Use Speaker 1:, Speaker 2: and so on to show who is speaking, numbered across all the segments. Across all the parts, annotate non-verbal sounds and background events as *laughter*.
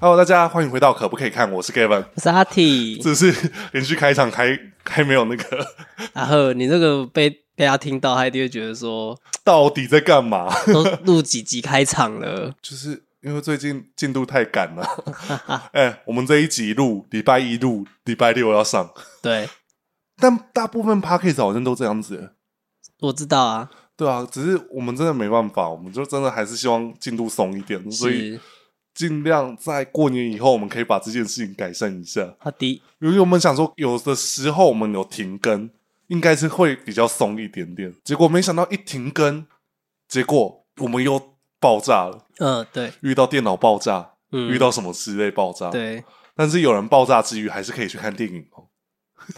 Speaker 1: Hello，大家欢迎回到可不可以看？我是 Gavin，
Speaker 2: 我是阿 T，
Speaker 1: 只是连续开场开开没有那个， *laughs*
Speaker 2: 然后你这个被被他听到，他一定会觉
Speaker 1: *laughs*
Speaker 2: 得说，
Speaker 1: 到底在干嘛？
Speaker 2: 都录几集开场了，
Speaker 1: 就是因为最近进度太赶了。哎、我们这一集录礼拜一录，礼拜六要上，
Speaker 2: 对，
Speaker 1: 但大部分 p a c k a g e 好像都这样子。
Speaker 2: 我知道啊，
Speaker 1: 对啊，只是我们真的没办法，我们就真的还是希望进度松一点，所以
Speaker 2: 是
Speaker 1: 尽量在过年以后，我们可以把这件事情改善一下。
Speaker 2: 阿迪，
Speaker 1: 因为我们想说，有的时候我们有停更，应该是会比较松一点点。结果没想到一停更，结果我们又爆炸了，
Speaker 2: 嗯，对，
Speaker 1: 遇到电脑爆炸，
Speaker 2: 嗯，
Speaker 1: 遇到什么之类爆炸。，
Speaker 2: 对，
Speaker 1: 但是有人爆炸之余，还是可以去看电影哦。 *laughs*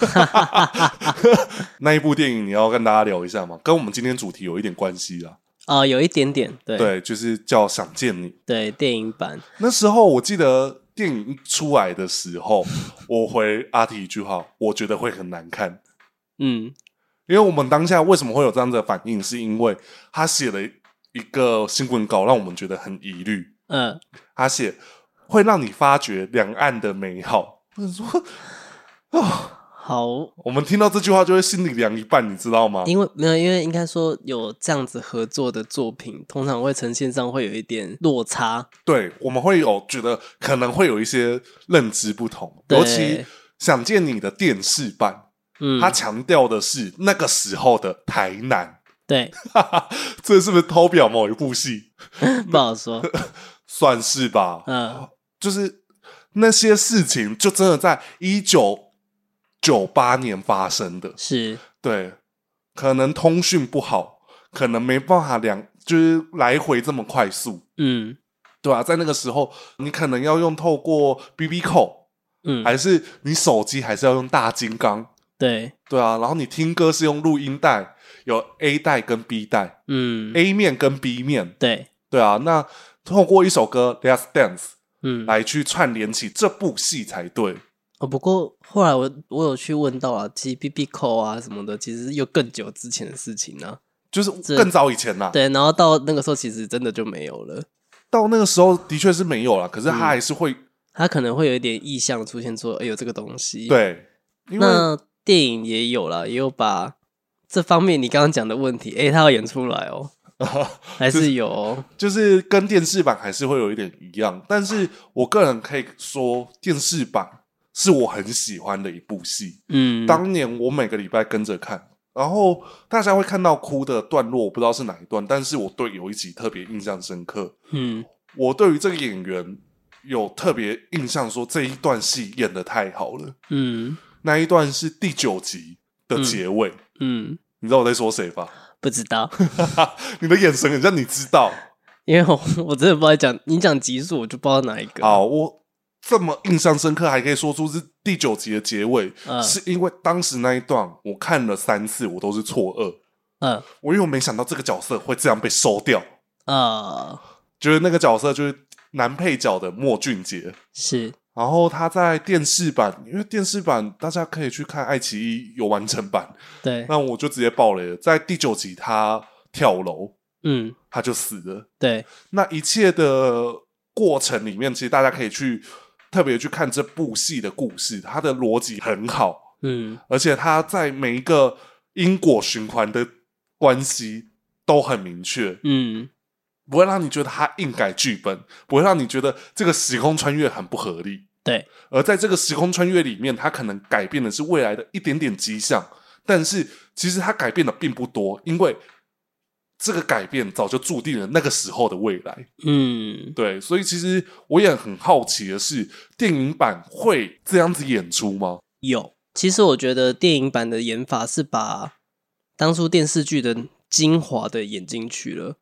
Speaker 1: 那一部电影你要跟大家聊一下吗？跟我们今天主题有一点关系啊。
Speaker 2: 啊、有一点点，对
Speaker 1: 对，就是叫《想见你》。
Speaker 2: 对电影版，
Speaker 1: 那时候我记得电影一出来的时候，我回阿提一句话，我觉得会很难看。
Speaker 2: 嗯，
Speaker 1: 因为我们当下为什么会有这样的反应，是因为他写了一个新闻稿，让我们觉得很疑虑。
Speaker 2: 呃，
Speaker 1: 他写会让你发掘两岸的美好。我说，
Speaker 2: 好，
Speaker 1: 我们听到这句话就会心里凉一半，你知道吗？
Speaker 2: 因为没有，因为应该说有这样子合作的作品，通常会呈现上会有一点落差，
Speaker 1: 对，我们会有觉得可能会有一些认知不同，
Speaker 2: 对
Speaker 1: 尤其想见你的电视版，
Speaker 2: 嗯，
Speaker 1: 他强调的是那个时候的台南，
Speaker 2: 对，
Speaker 1: 这是不是偷表某一部戏？
Speaker 2: 不好说，
Speaker 1: 算是吧。
Speaker 2: 嗯，
Speaker 1: 就是那些事情，就真的在一九九八年发生的。
Speaker 2: 是，
Speaker 1: 对，可能通讯不好，可能没办法两就是来回这么快速，
Speaker 2: 嗯
Speaker 1: 对吧、在那个时候，你可能要用透过 B B 扣，
Speaker 2: 嗯，
Speaker 1: 还是你手机还是要用大金刚，
Speaker 2: 对，
Speaker 1: 对啊。然后你听歌是用录音带，有 A 带跟 B 带
Speaker 2: 嗯，
Speaker 1: ，A 面跟 B 面，
Speaker 2: 对，对，
Speaker 1: 对啊。那透过一首歌《Let's Dance》
Speaker 2: 嗯，
Speaker 1: 来去串联起这部戏才对。
Speaker 2: 哦，不过后来我我有去问到啊，其实 B B 扣啊什么的，其实是又更久之前的事情呢、
Speaker 1: 就是
Speaker 2: 这
Speaker 1: 更早以前啦。
Speaker 2: 对，然后到那个时候，其实真的就没有了。
Speaker 1: 到那个时候的确是没有啦，可是他
Speaker 2: 嗯
Speaker 1: 还是会、
Speaker 2: 它可能会有一点意向出现说，哎呦这个东西。，
Speaker 1: 对，因为
Speaker 2: 那电影也有了，也有把这方面你刚刚讲的问题，哎，它要演出来哦，还是有哦、
Speaker 1: *laughs* 就是跟电视版还是会有一点一样，但是我个人可以说，电视版是我很喜欢的一部戏。
Speaker 2: 嗯，
Speaker 1: 当年我每个礼拜跟着看，然后大家会看到哭的段落，我不知道是哪一段，但是我对有一集特别印象深刻。
Speaker 2: 嗯
Speaker 1: 我对于这个演员有特别印象，说这一段戏演的太好了。
Speaker 2: 嗯
Speaker 1: 那一段是第九集的结尾，
Speaker 2: 嗯，
Speaker 1: 你知道我在说谁吧？
Speaker 2: 不知道，
Speaker 1: 你的眼神很像你知道。
Speaker 2: 因为我我真的不知道讲你讲集数，我就不知道哪一个。
Speaker 1: 好，我这么印象深刻，还可以说出是第九集的结尾，
Speaker 2: 嗯
Speaker 1: 是因为当时那一段我看了三次，我都是错愕，
Speaker 2: 嗯
Speaker 1: 我因为我没想到这个角色会这样被收掉，
Speaker 2: 呃，
Speaker 1: 就是那个角色就是男配角的莫俊杰。
Speaker 2: 是
Speaker 1: 然后他在电视版，因为电视版大家可以去看爱奇艺有完整版，
Speaker 2: 对，
Speaker 1: 那我就直接爆雷了。在第九集他跳楼，
Speaker 2: 嗯
Speaker 1: 他就死了。
Speaker 2: 对，
Speaker 1: 那一切的过程里面，其实大家可以去特别去看这部戏的故事，它的逻辑很好，
Speaker 2: 嗯
Speaker 1: 而且它在每一个因果循环的关系都很明确，
Speaker 2: 嗯。
Speaker 1: 不会让你觉得它硬改剧本，不会让你觉得这个时空穿越很不合理。
Speaker 2: 对，
Speaker 1: 而在这个时空穿越里面，它可能改变的是未来的一点点迹象，但是其实它改变的并不多，因为这个改变早就注定了那个时候的未来。
Speaker 2: 嗯，
Speaker 1: 对，所以其实我也很好奇的是，电影版会这样子演出吗？
Speaker 2: 有。其实我觉得电影版的演法是把当初电视剧的精华的演进去了。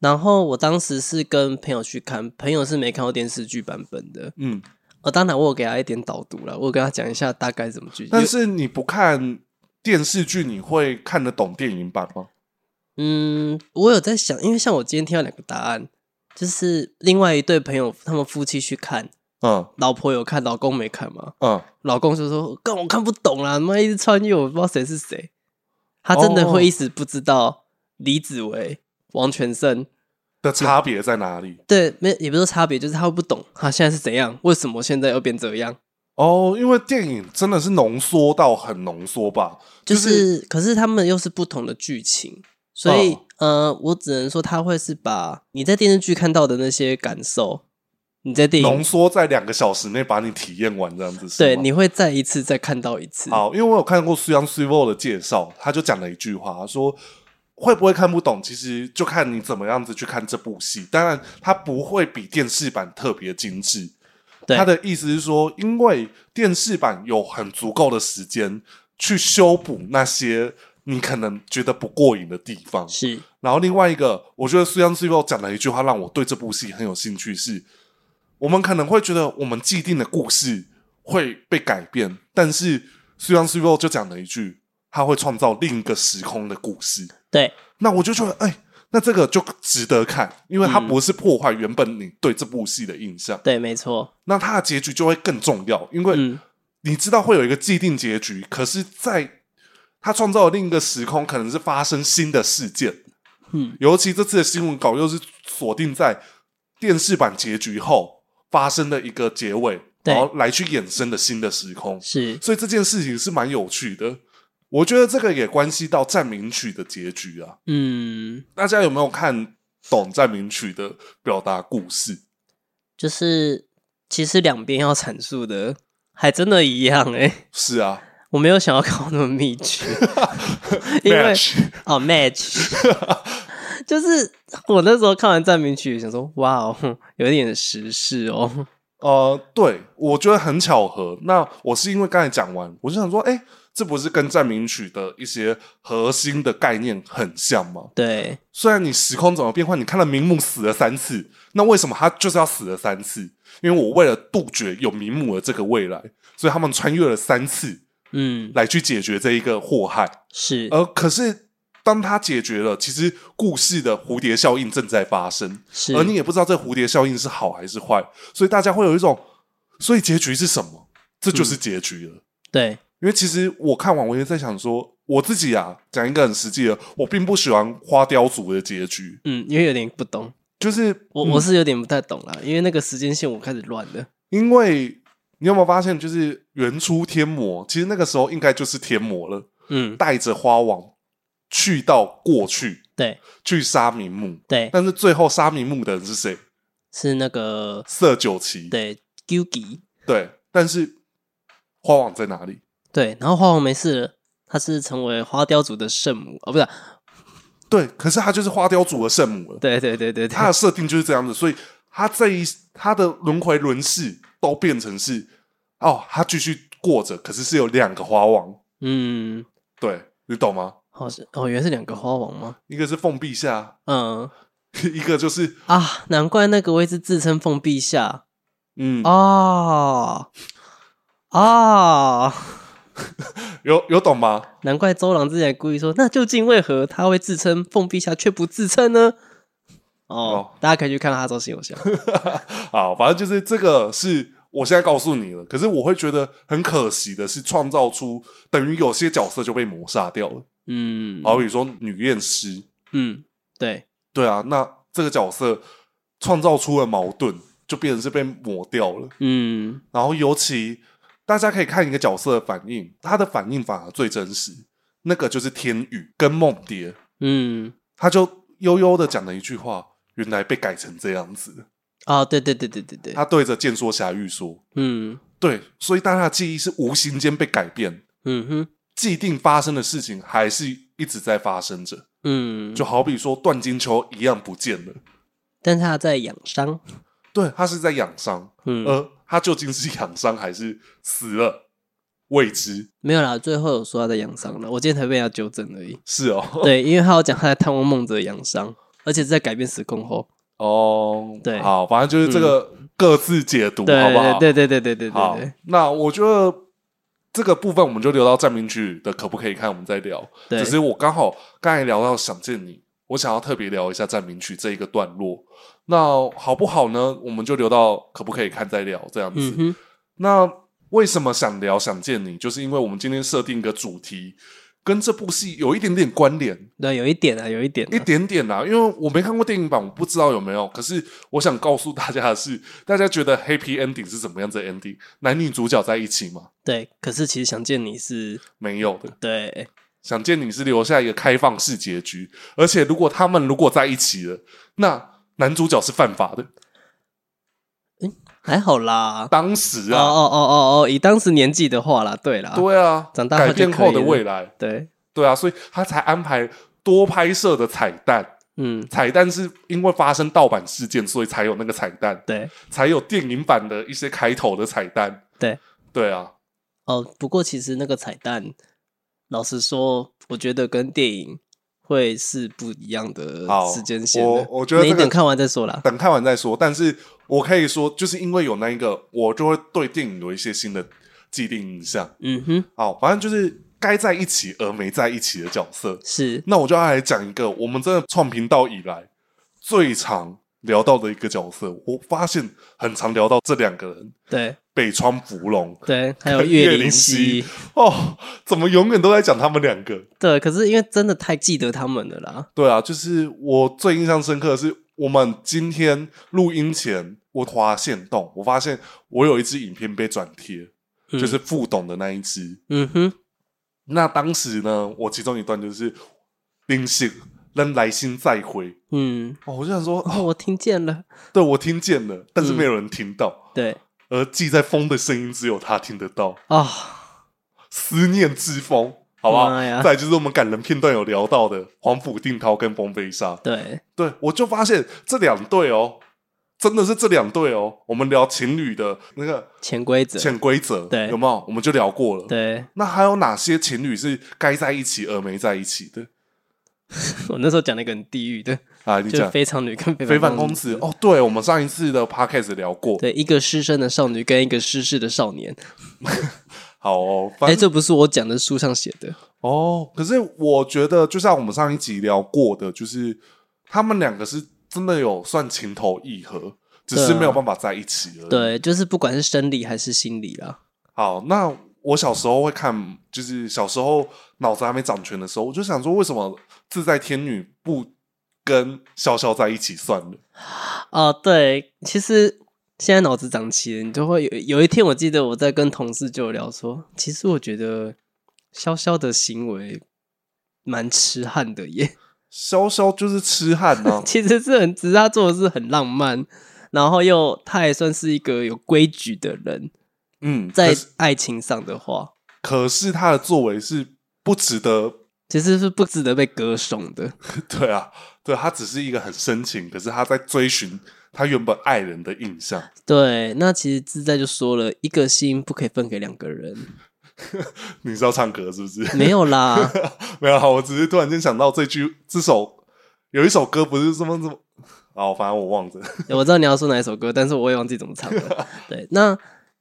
Speaker 2: 然后我当时是跟朋友去看，朋友是没看过电视剧版本的。
Speaker 1: 嗯，
Speaker 2: 呃，当然我有给他一点导读了，我有跟他讲一下大概怎么剧。
Speaker 1: 但是你不看电视剧，你会看得懂电影版吗？
Speaker 2: 嗯，我有在想，因为像我今天听到两个答案，就是另外一对朋友他们夫妻去看，
Speaker 1: 嗯
Speaker 2: 老婆有看，老公没看嘛。
Speaker 1: 嗯，
Speaker 2: 老公就说：“干，我看不懂啊啦，他妈一直穿越，我不知道谁是谁。”他真的
Speaker 1: 哦
Speaker 2: 会一直不知道李子维、王全胜
Speaker 1: 的差别在哪里？
Speaker 2: 对，没也不是说差别，就是他会不懂他现在是怎样，为什么现在要变这样？
Speaker 1: 哦，因为电影真的是浓缩到很浓缩吧，
Speaker 2: 就
Speaker 1: 就是
Speaker 2: 是，可是他们又是不同的剧情，所以、呃，我只能说他会是把你在电视剧看到的那些感受，你在电
Speaker 1: 浓
Speaker 2: 影
Speaker 1: 缩在两个小时内把你体验完这样子。是
Speaker 2: 对
Speaker 1: 吗
Speaker 2: 你会再一次再看到一次。
Speaker 1: 好，因为我有看过苏阳 s u v o 的介绍，他就讲了一句话，他说会不会看不懂，其实就看你怎么样子去看这部戏。当然，它不会比电视版特别精致。
Speaker 2: 对
Speaker 1: 他的意思是说，因为电视版有很足够的时间去修补那些你可能觉得不过瘾的地方。
Speaker 2: 是
Speaker 1: 然后另外一个，我觉得苏阳 s u v o 讲了一句话，让我对这部戏很有兴趣是我们可能会觉得我们既定的故事会被改变，但是虽然 s u 就讲了一句，他会创造另一个时空的故事。
Speaker 2: 对，
Speaker 1: 那我就觉得，哎、那这个就值得看，因为它不是破坏原本你对这部戏的印象，
Speaker 2: 对，没错，
Speaker 1: 那它的结局就会更重要，因为
Speaker 2: 嗯，
Speaker 1: 你知道会有一个既定结局，可是在他创造了另一个时空，可能是发生新的事件。
Speaker 2: 嗯，
Speaker 1: 尤其这次的新闻稿又是锁定在电视版结局后发生的一个结尾，
Speaker 2: 对
Speaker 1: 然后来去衍生的新的时空，
Speaker 2: 是
Speaker 1: 所以这件事情是蛮有趣的。我觉得这个也关系到《战名曲》的结局啊。
Speaker 2: 嗯，
Speaker 1: 大家有没有看懂《战名曲》的表达故事？
Speaker 2: 就是其实两边要阐述的还真的一样哎、
Speaker 1: 是啊
Speaker 2: 我没有想要搞那么
Speaker 1: *laughs*
Speaker 2: 密集， *laughs* 因为
Speaker 1: ，match
Speaker 2: 哦 match，就是我那时候看完赞名曲，想说哇哦，有点时事哦，
Speaker 1: 呃，对，我觉得很巧合。那我是因为刚才讲完，我就想说，哎、这不是跟《战名曲》的一些核心的概念很像吗？
Speaker 2: 对，
Speaker 1: 虽然你时空怎么变换，你看了明目死了三次，那为什么他就是要死了三次？因为我为了杜绝有明目的这个未来，所以他们穿越了三次
Speaker 2: 嗯，
Speaker 1: 来去解决这一个祸害。
Speaker 2: 是
Speaker 1: 而可是当他解决了，其实故事的蝴蝶效应正在发生，
Speaker 2: 是，
Speaker 1: 呃而你也不知道这蝴蝶效应是好还是坏，所以大家会有一种，所以结局是什么？这就是结局了。
Speaker 2: 对，
Speaker 1: 因为其实我看完，我也在想说，我自己啊，讲一个很实际的，我并不喜欢花雕族的结局。
Speaker 2: 嗯，因为有点不懂，
Speaker 1: 就是
Speaker 2: 我、
Speaker 1: 嗯
Speaker 2: 我是有点不太懂啦，因为那个时间线我开始乱了，
Speaker 1: 因为你有没有发现，就是原初天魔，其实那个时候应该就是天魔了，
Speaker 2: 嗯，
Speaker 1: 带着花王去到过去
Speaker 2: 对
Speaker 1: 去杀明目，
Speaker 2: 对，
Speaker 1: 但是最后杀明目的人是谁？
Speaker 2: 是那个
Speaker 1: 色九旗。
Speaker 2: 对 Gugi，
Speaker 1: 对但是花王在哪里？
Speaker 2: 对，然后花红没事了，他是成为花雕族的圣母哦，不是啊，
Speaker 1: 对，可是他就是花雕族的圣母了，
Speaker 2: 对对对对对，
Speaker 1: 他的设定就是这样子，所以他这一他的轮回轮世都变成是哦，他继续过着，可是是有两个花王，
Speaker 2: 嗯，
Speaker 1: 对你懂吗？
Speaker 2: 好像哦，原来是两个花王吗？
Speaker 1: 一个是凤陛下，
Speaker 2: 嗯
Speaker 1: *laughs* 一个就是
Speaker 2: 啊，难怪那个我一直自称奉陛下。
Speaker 1: 嗯，
Speaker 2: 哦，哦，
Speaker 1: 有有懂吗？ *laughs*
Speaker 2: 难怪周郎之前故意说，那究竟为何他会自称奉陛下却不自称呢？哦，
Speaker 1: 哦
Speaker 2: 大家可以去看他周信偶像。
Speaker 1: 好，反正就是这个是我现在告诉你了。可是我会觉得很可惜的是，创造出等于有些角色就被抹杀掉了，
Speaker 2: 嗯，
Speaker 1: 好比说女验尸，
Speaker 2: 嗯，对，
Speaker 1: 对啊，那这个角色创造出了矛盾，就变成是被抹掉了。
Speaker 2: 嗯，
Speaker 1: 然后尤其大家可以看一个角色的反应，他的反应反而最真实，那个就是天宇跟梦蝶，
Speaker 2: 嗯，
Speaker 1: 他就悠悠的讲了一句话。原来被改成这样子，
Speaker 2: 哦，对对对对对对，
Speaker 1: 他对着剑说侠玉说：“
Speaker 2: 嗯
Speaker 1: 对，所以大家的记忆是无形间被改变，
Speaker 2: 嗯哼，
Speaker 1: 既定发生的事情还是一直在发生着，
Speaker 2: 嗯，
Speaker 1: 就好比说断金球一样不见了。
Speaker 2: 但是他在养伤，
Speaker 1: 对，他是在养伤，
Speaker 2: 嗯，
Speaker 1: 而他究竟是养伤还是死了，未知。
Speaker 2: 没有啦，最后有说他在养伤了，我今天才被他纠正而已。
Speaker 1: 是哦，
Speaker 2: 对，因为他有讲他在探望梦泽养伤，而且是在改变时空后。
Speaker 1: 哦，
Speaker 2: 对嗯
Speaker 1: 好，反正就是这个各自解读，
Speaker 2: 对
Speaker 1: 好不好？
Speaker 2: 对对对对对对
Speaker 1: 好
Speaker 2: 对，
Speaker 1: 那我觉得。这个部分我们就留到站名曲的可不可以看，我们再聊。
Speaker 2: 对，
Speaker 1: 只是我刚好刚才聊到想见你，我想要特别聊一下赞名曲这一个段落，那好不好呢？我们就留到可不可以看再聊这样子。
Speaker 2: 嗯哼，
Speaker 1: 那为什么想聊想见你？就是因为我们今天设定一个主题，跟这部戏有一点点关联，
Speaker 2: 对，有一点啊，有一点、
Speaker 1: 一
Speaker 2: 啊，
Speaker 1: 点点啦、因为我没看过电影版，我不知道有没有。可是我想告诉大家的是，大家觉得 happy ending 是怎么样的 ending？男女主角在一起吗？
Speaker 2: 对。可是其实想见你是
Speaker 1: 没有的。
Speaker 2: 对，
Speaker 1: 想见你是留下一个开放式结局，而且如果他们如果在一起了，那男主角是犯法的。
Speaker 2: 还好啦。
Speaker 1: 当时
Speaker 2: 哦
Speaker 1: 啊，
Speaker 2: 哦哦哦哦，以当时年纪的话啦，对啦，
Speaker 1: 对啊，
Speaker 2: 长大后
Speaker 1: 改
Speaker 2: 就
Speaker 1: 变
Speaker 2: 可以
Speaker 1: 后的
Speaker 2: 了
Speaker 1: 未来，
Speaker 2: 对，
Speaker 1: 对啊，所以他才安排多拍摄的彩蛋。
Speaker 2: 嗯，
Speaker 1: 彩蛋是因为发生盗版事件，所以才有那个彩蛋，
Speaker 2: 对
Speaker 1: 才有电影版的一些开头的彩蛋。
Speaker 2: 对。
Speaker 1: 对啊，
Speaker 2: 哦，不过其实那个彩蛋，老实说，我觉得跟电影会是不一样的
Speaker 1: 好
Speaker 2: 时间线的。
Speaker 1: 我我觉得
Speaker 2: 你
Speaker 1: 这个
Speaker 2: 等看完再说啦。
Speaker 1: 等看完再说。但是我可以说，就是因为有那一个，我就会对电影有一些新的既定印象。
Speaker 2: 嗯哼，
Speaker 1: 好，反正就是该在一起而没在一起的角色。
Speaker 2: 是
Speaker 1: 那我就要来讲一个我们真的创频道以来最常聊到的一个角色。我发现很常聊到这两个人，
Speaker 2: 对
Speaker 1: 北川芙蓉
Speaker 2: 对，还有
Speaker 1: 跟
Speaker 2: 岳
Speaker 1: 林
Speaker 2: 林
Speaker 1: 希
Speaker 2: 希，
Speaker 1: 哦，怎么永远都在讲他们两个？
Speaker 2: 对，可是因为真的太记得他们了啦。
Speaker 1: 对啊，就是我最印象深刻的是，我们今天录音前我滑线动，我发现我有一支影片被转贴，
Speaker 2: 嗯
Speaker 1: 就是副董的那一支。
Speaker 2: 嗯哼，
Speaker 1: 那当时呢，我其中一段就是林夕人来信再回，
Speaker 2: 嗯，
Speaker 1: 哦，我就想说， *laughs*
Speaker 2: 哦，
Speaker 1: 哦，
Speaker 2: 我听见了。
Speaker 1: 对我听见了，但是没有人听到，
Speaker 2: 对
Speaker 1: 而记在风的声音只有他听得到，
Speaker 2: 啊、
Speaker 1: 思念之风，好不好？
Speaker 2: 妈呀
Speaker 1: 再来就是我们感人片段有聊到的黄甫定涛跟风飞沙，
Speaker 2: 对，
Speaker 1: 对，我就发现这两对哦，真的是这两对哦。我们聊情侣的那个
Speaker 2: 潜规则，
Speaker 1: 潜规则，
Speaker 2: 对
Speaker 1: 有没有？我们就聊过了。
Speaker 2: 对
Speaker 1: 那还有哪些情侣是该在一起而没在一起的
Speaker 2: 我那时候讲了一个很地狱的，
Speaker 1: 啊？你
Speaker 2: 就是
Speaker 1: 讲
Speaker 2: 非常女跟
Speaker 1: 非
Speaker 2: 非
Speaker 1: 凡
Speaker 2: 凡
Speaker 1: 公子，哦，对，我们上一次的 podcast 聊过。
Speaker 2: 对，一个失身的少女跟一个失势的少年。
Speaker 1: 好哦，
Speaker 2: 哎、
Speaker 1: 反正、
Speaker 2: 这不是我讲的书上写的。
Speaker 1: 哦，可是我觉得就像我们上一集聊过的，就是他们两个是真的有算情投意合，只是
Speaker 2: 对啊
Speaker 1: 没有办法在一起而已。
Speaker 2: 对，就是不管是生理还是心理啦，
Speaker 1: 好，那我小时候会看，就是小时候脑子还没长全的时候，我就想说，为什么自在天女不跟潇潇在一起算了？
Speaker 2: 哦，对，其实现在脑子长齐了，你就会有有一天，我记得我在跟同事就有聊说，其实我觉得潇潇的行为蛮痴汉的耶， *laughs*
Speaker 1: 潇潇就是痴汉啊呢、
Speaker 2: 其实是很，只是他做的是很浪漫，然后又他也算是一个有规矩的人，
Speaker 1: 嗯，可
Speaker 2: 在
Speaker 1: 是
Speaker 2: 爱情上的话，
Speaker 1: 可是他的作为是不值得，
Speaker 2: 其实是不值得被歌颂的。
Speaker 1: 对啊，对他只是一个很深情，可是他在追寻他原本爱人的印象。
Speaker 2: 对，那其实自在就说了一个心不可以分给两个人，
Speaker 1: 你是要唱歌是不是？ *laughs*
Speaker 2: 没有啦，
Speaker 1: 没有，啊我只是突然间想到这句，这首有一首歌不是什么什么，哦，反正我忘了。
Speaker 2: 我知道你要说哪一首歌，但是我也忘记怎么唱了。对，那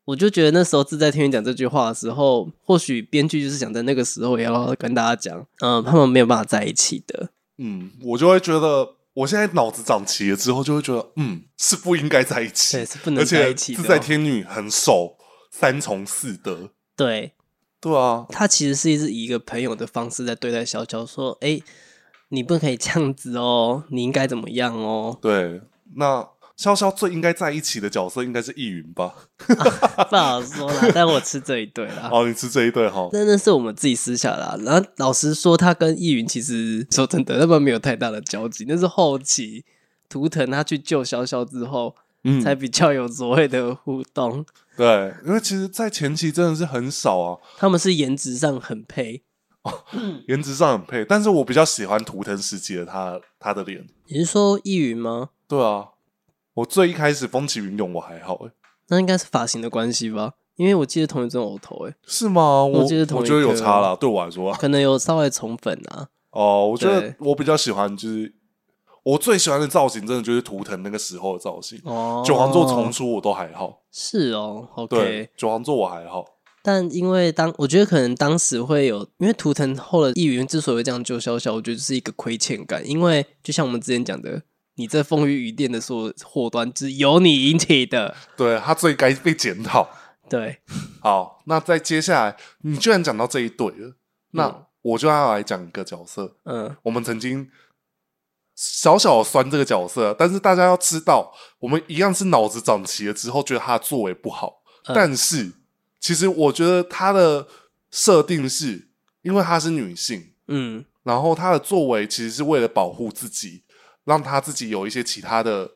Speaker 2: 我就觉得那时候自在天云讲这句话的时候，或许编剧就是想在那个时候也要跟大家讲，嗯、他们没有办法在一起的。
Speaker 1: 嗯，我就会觉得，我现在脑子长齐了之后，就会觉得，嗯，是不应该在一起，
Speaker 2: 对是不能
Speaker 1: 而且
Speaker 2: 在一起的哦
Speaker 1: 自在天女很守三从四德，
Speaker 2: 对
Speaker 1: 对啊，。
Speaker 2: 他其实是一直以一个朋友的方式在对待小乔，说：“哎、你不可以这样子哦，你应该怎么样哦
Speaker 1: 对。那潇潇最应该在一起的角色应该是易云吧？”
Speaker 2: 不好说啦，但我吃这一对啦。
Speaker 1: 哦，你是这一对哈，
Speaker 2: 那啊那是我们自己私下啦、然后老实说，他跟易云其实说真的，他们没有太大的交集。那是后期图腾他去救潇潇之后，
Speaker 1: 嗯，
Speaker 2: 才比较有所谓的互动。
Speaker 1: 对，因为其实，在前期真的是很少啊，
Speaker 2: 他们是颜值上很配。
Speaker 1: 颜值上很配，但是我比较喜欢图腾时期的他他的脸，
Speaker 2: 你是说易云吗？
Speaker 1: 对啊，我最一开始风起云涌我还好、欸，
Speaker 2: 那应该是发型的关系吧，因为我记得同一种偶头、欸，
Speaker 1: 是吗？我
Speaker 2: 我记得同
Speaker 1: 我
Speaker 2: 一
Speaker 1: 觉得有
Speaker 2: 个
Speaker 1: 差啦，对我来说啊。
Speaker 2: 可能有稍微宠粉啊。
Speaker 1: 哦，我觉得
Speaker 2: 对
Speaker 1: 我比较喜欢就是我最喜欢的造型，真的就是图腾那个时候的造型。
Speaker 2: 哦，
Speaker 1: 九皇座重出我都还好，
Speaker 2: 是哦，OK
Speaker 1: 对。，九皇座我还好，
Speaker 2: 但因为当我觉得可能当时会有，因为图腾后的易云之所以会这样救潇潇，我觉得是一个亏欠感，因为就像我们之前讲的，你这风雨雨电的所有祸端是由你引起的。
Speaker 1: 对他最该被检讨。
Speaker 2: 对，
Speaker 1: 好，那再接下来，你居然讲到这一对了，那
Speaker 2: 嗯
Speaker 1: 我就要来讲一个角色，
Speaker 2: 嗯，
Speaker 1: 我们曾经小小地酸这个角色，但是大家要知道，我们一样是脑子长齐了之后觉得他的作为不好，
Speaker 2: 嗯
Speaker 1: 但是其实我觉得他的设定是因为她是女性，
Speaker 2: 嗯
Speaker 1: 然后她的作为其实是为了保护自己，让她自己有一些其他的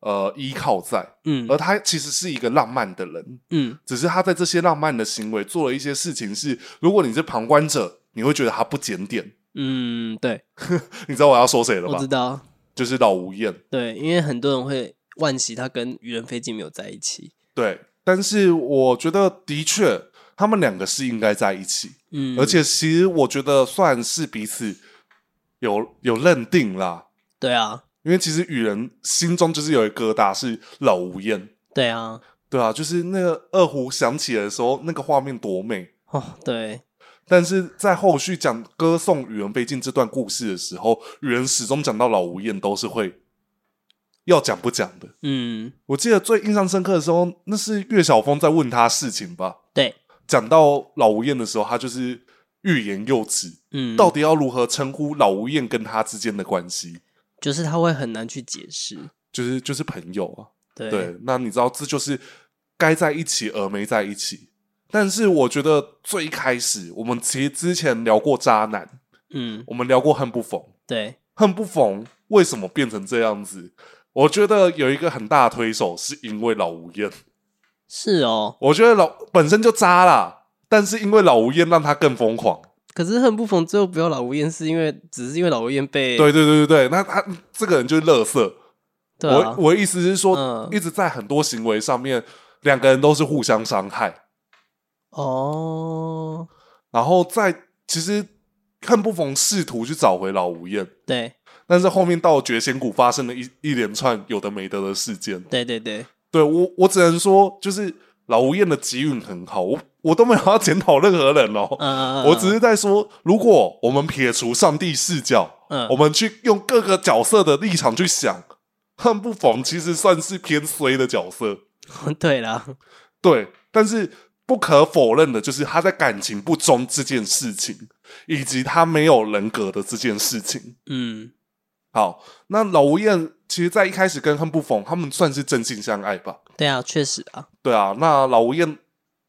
Speaker 1: 呃依靠在，
Speaker 2: 嗯
Speaker 1: 而她其实是一个浪漫的人，
Speaker 2: 嗯
Speaker 1: 只是她在这些浪漫的行为做了一些事情是，如果你是旁观者，你会觉得她不检点。
Speaker 2: 嗯，对，
Speaker 1: 你知道我要说谁了吧？
Speaker 2: 我知道，
Speaker 1: 就是老吴燕。
Speaker 2: 对，因为很多人会惋惜他跟愚人飞机没有在一起。
Speaker 1: 对，但是我觉得的确，他们两个是应该在一起，
Speaker 2: 嗯，
Speaker 1: 而且其实我觉得算是彼此有有认定啦。
Speaker 2: 对啊，
Speaker 1: 因为其实雨人心中就是有一个疙瘩，是老吴燕，
Speaker 2: 对啊，
Speaker 1: 对啊，就是那个二胡响起的时候，那个画面多美。
Speaker 2: 哦，对，
Speaker 1: 但是在后续讲歌颂雨人飞进这段故事的时候，雨人始终讲到老吴燕都是会要讲不讲的。
Speaker 2: 嗯，
Speaker 1: 我记得最印象深刻的时候，那是岳晓峰在问他事情吧，
Speaker 2: 对，
Speaker 1: 讲到老吴燕的时候，他就是欲言又止，
Speaker 2: 嗯，
Speaker 1: 到底要如何称呼老吴燕跟他之间的关系？
Speaker 2: 就是他会很难去解释。
Speaker 1: 就是就是朋友啊，
Speaker 2: 对，
Speaker 1: 对。那你知道这就是该在一起而没在一起。但是我觉得最一开始，我们其实之前聊过渣男，
Speaker 2: 嗯，
Speaker 1: 我们聊过恨不逢，
Speaker 2: 对，
Speaker 1: 恨不逢为什么变成这样子？我觉得有一个很大的推手是因为老吴燕，
Speaker 2: 是哦。
Speaker 1: 我觉得老本身就渣啦，但是因为老吴燕让他更疯狂。
Speaker 2: 可是恨不逢最后不要老吴燕，是因为只是因为老吴燕被
Speaker 1: 对对对对对，那他这个人就是乐色。
Speaker 2: 对啊
Speaker 1: 我我的意思是说，
Speaker 2: 嗯
Speaker 1: 一直在很多行为上面，两个人都是互相伤害。
Speaker 2: 哦，
Speaker 1: 然后在其实恨不逢试图去找回老吴燕，
Speaker 2: 对
Speaker 1: 但是后面到绝仙谷发生了一一连串有的没得的事件。
Speaker 2: 对对对，
Speaker 1: 对我我只能说，就是老吴燕的机运很好，我我都没有要检讨任何人哦。
Speaker 2: 嗯，
Speaker 1: 我只是在说，如果我们撇除上帝视角，
Speaker 2: 嗯
Speaker 1: *laughs* 我们去用各个角色的立场去想， *laughs* 恨不逢其实算是偏衰的角色，
Speaker 2: 嗯 *laughs* 对啦，
Speaker 1: 对。但是不可否认的就是，他在感情不忠这件事情，以及他没有人格的这件事情。
Speaker 2: 嗯，
Speaker 1: 好，那老吴燕其实，在一开始跟恨不逢他们算是真心相爱吧？
Speaker 2: 对啊，确实啊，
Speaker 1: 对啊，那老吴燕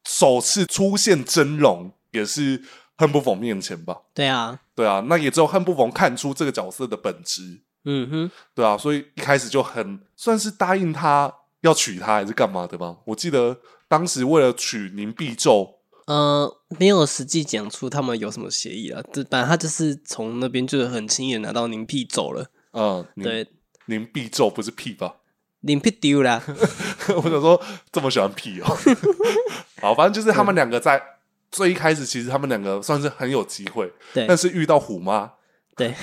Speaker 1: 首次出现真容也是恨不逢面前吧？
Speaker 2: 对啊，
Speaker 1: 对啊，那也只有恨不逢看出这个角色的本质，
Speaker 2: 嗯哼，
Speaker 1: 对啊，所以一开始就很算是答应他要娶她还是干嘛的吧？我记得当时为了娶宁必昼，
Speaker 2: 呃，没有实际讲出他们有什么协议啊，这反正他就是从那边就是很轻易的拿到宁屁走了，
Speaker 1: 嗯，宁
Speaker 2: 对，
Speaker 1: 宁必昼不是屁吧？ *laughs*
Speaker 2: 宁屁丢啦， *laughs*
Speaker 1: 我想说这么喜欢屁哦，好，反正就是他们两个在最一开始，其实他们两个算是很有机会，
Speaker 2: 对
Speaker 1: 但是遇到虎妈，
Speaker 2: 对，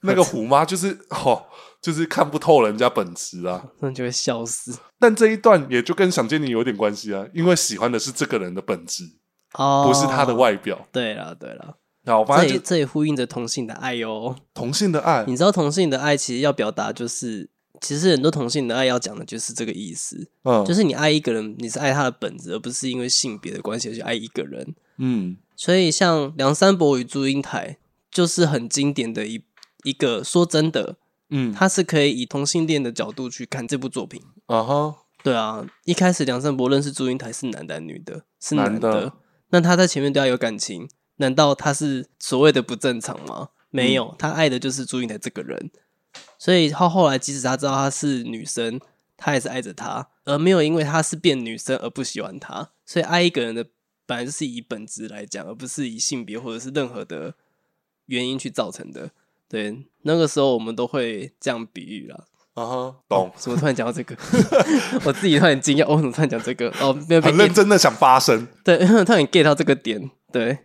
Speaker 1: 那个虎妈就是哦，就是看不透人家本质啊。
Speaker 2: 那就会笑死
Speaker 1: 但这一段也就跟想见你有点关系啊，因为喜欢的是这个人的本质，
Speaker 2: 哦，
Speaker 1: 不是他的，外表。
Speaker 2: 对啦对啦，
Speaker 1: 然后反
Speaker 2: 这
Speaker 1: 正
Speaker 2: 也
Speaker 1: 就
Speaker 2: 这也呼应着同性的爱哦哟。
Speaker 1: 同性的爱，
Speaker 2: 你知道同性的爱其实要表达就是，其实很多同性的爱要讲的就是这个意思，
Speaker 1: 嗯，
Speaker 2: 就是你爱一个人，你是爱他的本质，而不是因为性别的关系而去爱一个人。
Speaker 1: 嗯，
Speaker 2: 所以像梁山伯与祝英台就是很经典的一一个，说真的，
Speaker 1: 嗯，
Speaker 2: 它是可以以同性恋的角度去看这部作品。
Speaker 1: 啊哈，
Speaker 2: 对啊，一开始梁山伯认识祝英台是男的女的？是
Speaker 1: 男
Speaker 2: 男的。
Speaker 1: 的
Speaker 2: 那他在前面对他有感情，难道他是所谓的不正常吗？没有，他爱的就是祝英台这个人。所以他后来，即使他知道她是女生，他也是爱着她，而没有因为她是变女生而不喜欢她。所以爱一个人的本来就是以本质来讲，而不是以性别或者是任何的原因去造成的。对，那个时候我们都会这样比喻啦。
Speaker 1: 啊哈，懂，
Speaker 2: 怎么突然讲到这个？ *laughs* 我自己突然惊讶，哦，我怎么突然讲这个？哦，没有被
Speaker 1: 很认
Speaker 2: get，
Speaker 1: 真的想发声。
Speaker 2: 对， *laughs* 突然 get 到这个点，对，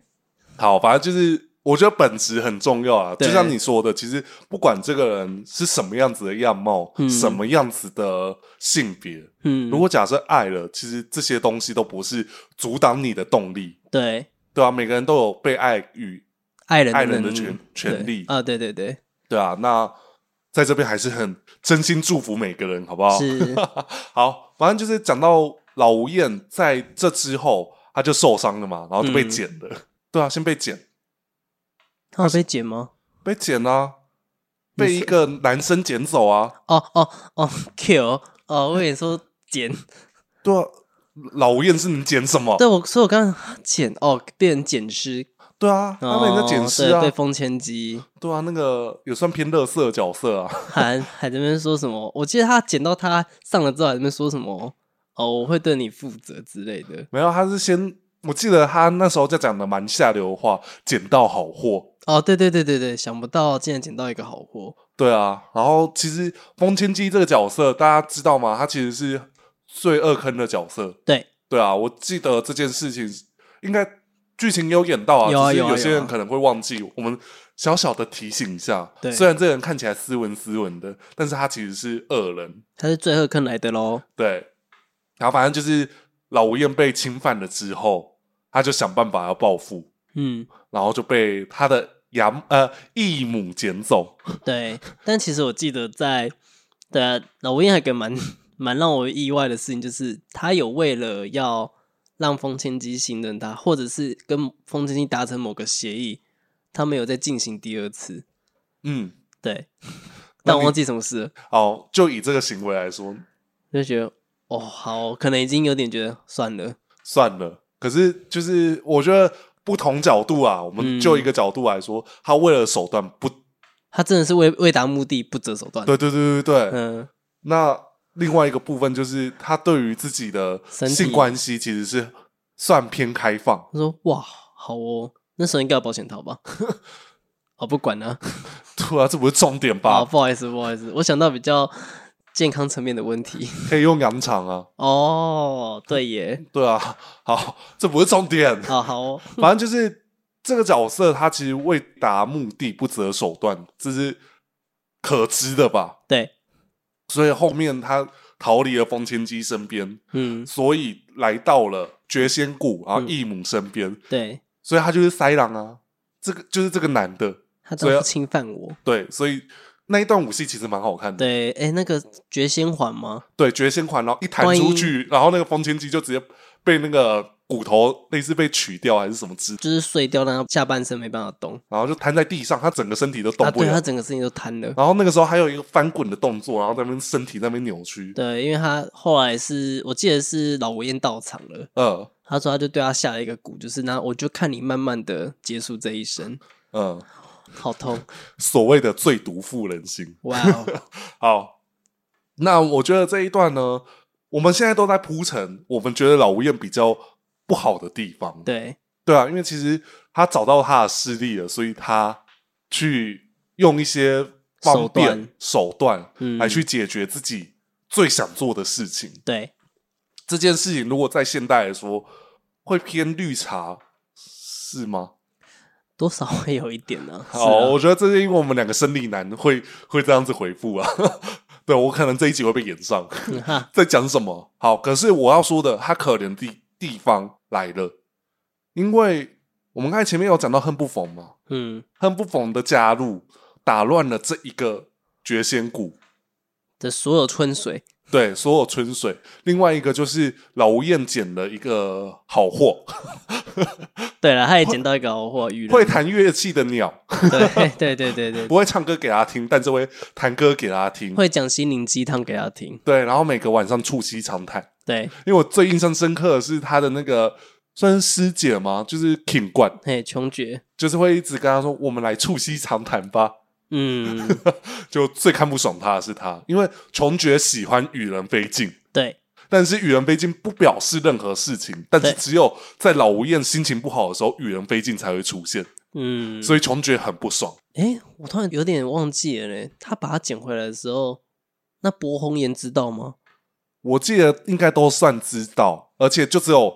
Speaker 1: 好，反正就是我觉得本质很重要啊，
Speaker 2: 对
Speaker 1: 就像你说的，其实不管这个人是什么样子的样貌，
Speaker 2: 嗯
Speaker 1: 什么样子的性别，
Speaker 2: 嗯，
Speaker 1: 如果假设爱了，其实这些东西都不是阻挡你的动力，
Speaker 2: 对
Speaker 1: 对啊，每个人都有被爱与
Speaker 2: 爱人
Speaker 1: 爱人的
Speaker 2: 能力
Speaker 1: 权权利
Speaker 2: 对啊，对对对，
Speaker 1: 对啊，那在这边还是很真心祝福每个人，好不好？ *laughs*
Speaker 2: 是
Speaker 1: 好，反正就是讲到老吴燕在这之后，他就受伤了嘛，然后就被
Speaker 2: 嗯
Speaker 1: 剪了。对啊，先被剪，
Speaker 2: 他有被剪吗？
Speaker 1: 被捡啊，被一个男生捡走啊，
Speaker 2: 哦哦哦，kill 哦，我跟你说剪，
Speaker 1: 对啊，老吴燕是你捡什么？
Speaker 2: 对我，所以我刚刚剪哦，变成剪尸，
Speaker 1: 对啊，他被人家捡尸
Speaker 2: 哦
Speaker 1: 啊
Speaker 2: 对，，被封千机，
Speaker 1: 对啊，那个也算偏乐色的角色啊，
Speaker 2: 还 *laughs* 还在那边说什么？我记得他剪到他上了之后，还在那边说什么？哦，我会对你负责之类的。
Speaker 1: 没有，他是先，我记得他那时候在讲的蛮下流的话，捡到好货，
Speaker 2: 哦，对对对对对，想不到竟然捡到一个好货。
Speaker 1: 对啊，然后其实风千机这个角色，大家知道吗？他其实是最恶坑的角色。
Speaker 2: 对，
Speaker 1: 对啊，我记得这件事情应该剧情有演到啊，
Speaker 2: 有啊
Speaker 1: 只是
Speaker 2: 有啊
Speaker 1: 有些
Speaker 2: 有啊
Speaker 1: 人可能会忘记。我们小小的提醒一下，
Speaker 2: 对
Speaker 1: 虽然这个人看起来斯文斯文的，但是他其实是恶人。
Speaker 2: 他是最后坑来的喽。
Speaker 1: 对，然后反正就是老吴燕被侵犯了之后，他就想办法要报复，
Speaker 2: 嗯，
Speaker 1: 然后就被他的养呃义母捡走。
Speaker 2: 对。但其实我记得在对啊，老吴燕还有一个蛮蛮让我意外的事情，就是他有为了要让风千机信任他，或者是跟风千机达成某个协议，他没有再进行第二次。
Speaker 1: 嗯， *laughs*
Speaker 2: 对，
Speaker 1: 那
Speaker 2: 但我
Speaker 1: 你
Speaker 2: 忘记什么事了，
Speaker 1: 哦，就以这个行为来说，
Speaker 2: 就觉得哦，好，可能已经有点觉得算了。
Speaker 1: 算了。可是就是我觉得不同角度啊，我们
Speaker 2: 嗯
Speaker 1: 就一个角度来说，他为了手段不，
Speaker 2: 他真的是为为达目的不择手段。
Speaker 1: 对对对对对。
Speaker 2: 嗯，
Speaker 1: 那另外一个部分就是他对于自己的
Speaker 2: 身体
Speaker 1: 性关系其实是算偏开放， *laughs*
Speaker 2: 他说哇，好哦，那时候应该有保险套吧？ *laughs* 哦，不管了、
Speaker 1: 对啊，这不是重点
Speaker 2: 啊，
Speaker 1: 吧？
Speaker 2: 不好意思，不好意思，我想到比较健康层面的
Speaker 1: *laughs*
Speaker 2: 问题。
Speaker 1: 可以用羊肠啊，
Speaker 2: 哦，对耶，
Speaker 1: 对啊，好，这不是重点，
Speaker 2: 啊 *laughs* 好哦，
Speaker 1: 反正就是这个角色他其实为达目的不择手段，这是可知的吧？
Speaker 2: 对，
Speaker 1: 所以后面他逃离了风千机身边，
Speaker 2: 嗯，
Speaker 1: 所以来到了绝仙谷，然后
Speaker 2: 嗯
Speaker 1: 义母身边，
Speaker 2: 对，
Speaker 1: 所以他就是塞狼啊，这个就是这个男的，
Speaker 2: 他
Speaker 1: 所以
Speaker 2: 都
Speaker 1: 要
Speaker 2: 不侵犯我。
Speaker 1: 对，啊所以那一段武戏其实蛮好看的，
Speaker 2: 对，哎，那个绝仙环吗？
Speaker 1: 对，绝仙环，然后一弹
Speaker 2: 万一
Speaker 1: 出去，然后那个风千机就直接被那个骨头类似被取掉还是什么之，
Speaker 2: 就是碎掉，让他下半身没办法动。
Speaker 1: 然后就瘫在地上，他整个身体都动
Speaker 2: 啊，
Speaker 1: 不
Speaker 2: 对
Speaker 1: 了，
Speaker 2: 他整个身体都瘫了。
Speaker 1: 然后那个时候还有一个翻滚的动作，然后在那边身体在那边扭曲，
Speaker 2: 对，因为他后来是我记得是老吴燕到场了，
Speaker 1: 嗯
Speaker 2: 他说他就对他下了一个蛊，就是那我就看你慢慢的结束这一生，
Speaker 1: 嗯，
Speaker 2: 好
Speaker 1: *laughs*
Speaker 2: 痛，
Speaker 1: 所谓的最毒妇人心。
Speaker 2: 哇、哦，
Speaker 1: 好，那我觉得这一段呢，我们现在都在铺陈，我们觉得老吴燕比较不好的地方，
Speaker 2: 对，
Speaker 1: 对啊，因为其实他找到他的势力了，所以他去用一些方便手段
Speaker 2: 嗯，
Speaker 1: 来去解决自己最想做的事情。
Speaker 2: 对，
Speaker 1: 这件事情如果在现代来说，会偏绿茶是吗？
Speaker 2: 多少会有一点呢、是啊。
Speaker 1: 好，我觉得这是因为我们两个生理男会会这样子回复啊。 *laughs* 对我可能这一集会被演上。
Speaker 2: 嗯 *laughs* 哈，
Speaker 1: 在讲什么。好，可是我要说的，他可怜的地地方来了，因为我们刚才前面有讲到恨不逢嘛，
Speaker 2: 嗯，
Speaker 1: 恨不逢的加入打乱了这一个绝仙谷，
Speaker 2: 的所有春水，
Speaker 1: 对所有春水。另外一个就是老吴燕捡了一个好货， *laughs*
Speaker 2: 对了，他也捡到一个好货鱼人，
Speaker 1: 会弹乐器的鸟，
Speaker 2: 对对对对对，
Speaker 1: 不会唱歌给他听，但这位弹歌给他听。
Speaker 2: 会讲心灵鸡汤给他听，
Speaker 1: 对，然后每个晚上促膝长谈。
Speaker 2: 对，
Speaker 1: 因为我最印象深刻的是他的那个算是师姐吗？就是 King 冠，
Speaker 2: 嘿，穷绝，
Speaker 1: 就是会一直跟他说：“我们来促膝长谈吧。
Speaker 2: 嗯，”
Speaker 1: 就最看不爽他的是他，因为穷觉喜欢与人非进，
Speaker 2: 对
Speaker 1: 但是与人非进不表示任何事情，但是
Speaker 2: 对
Speaker 1: 只有在老吴燕心情不好的时候，与人非进才会出现，
Speaker 2: 嗯，
Speaker 1: 所以穷觉很不爽。
Speaker 2: 哎、我突然有点忘记了嘞，他把它捡回来的时候，那薄红颜知道吗？
Speaker 1: 我记得应该都算知道，而且就只有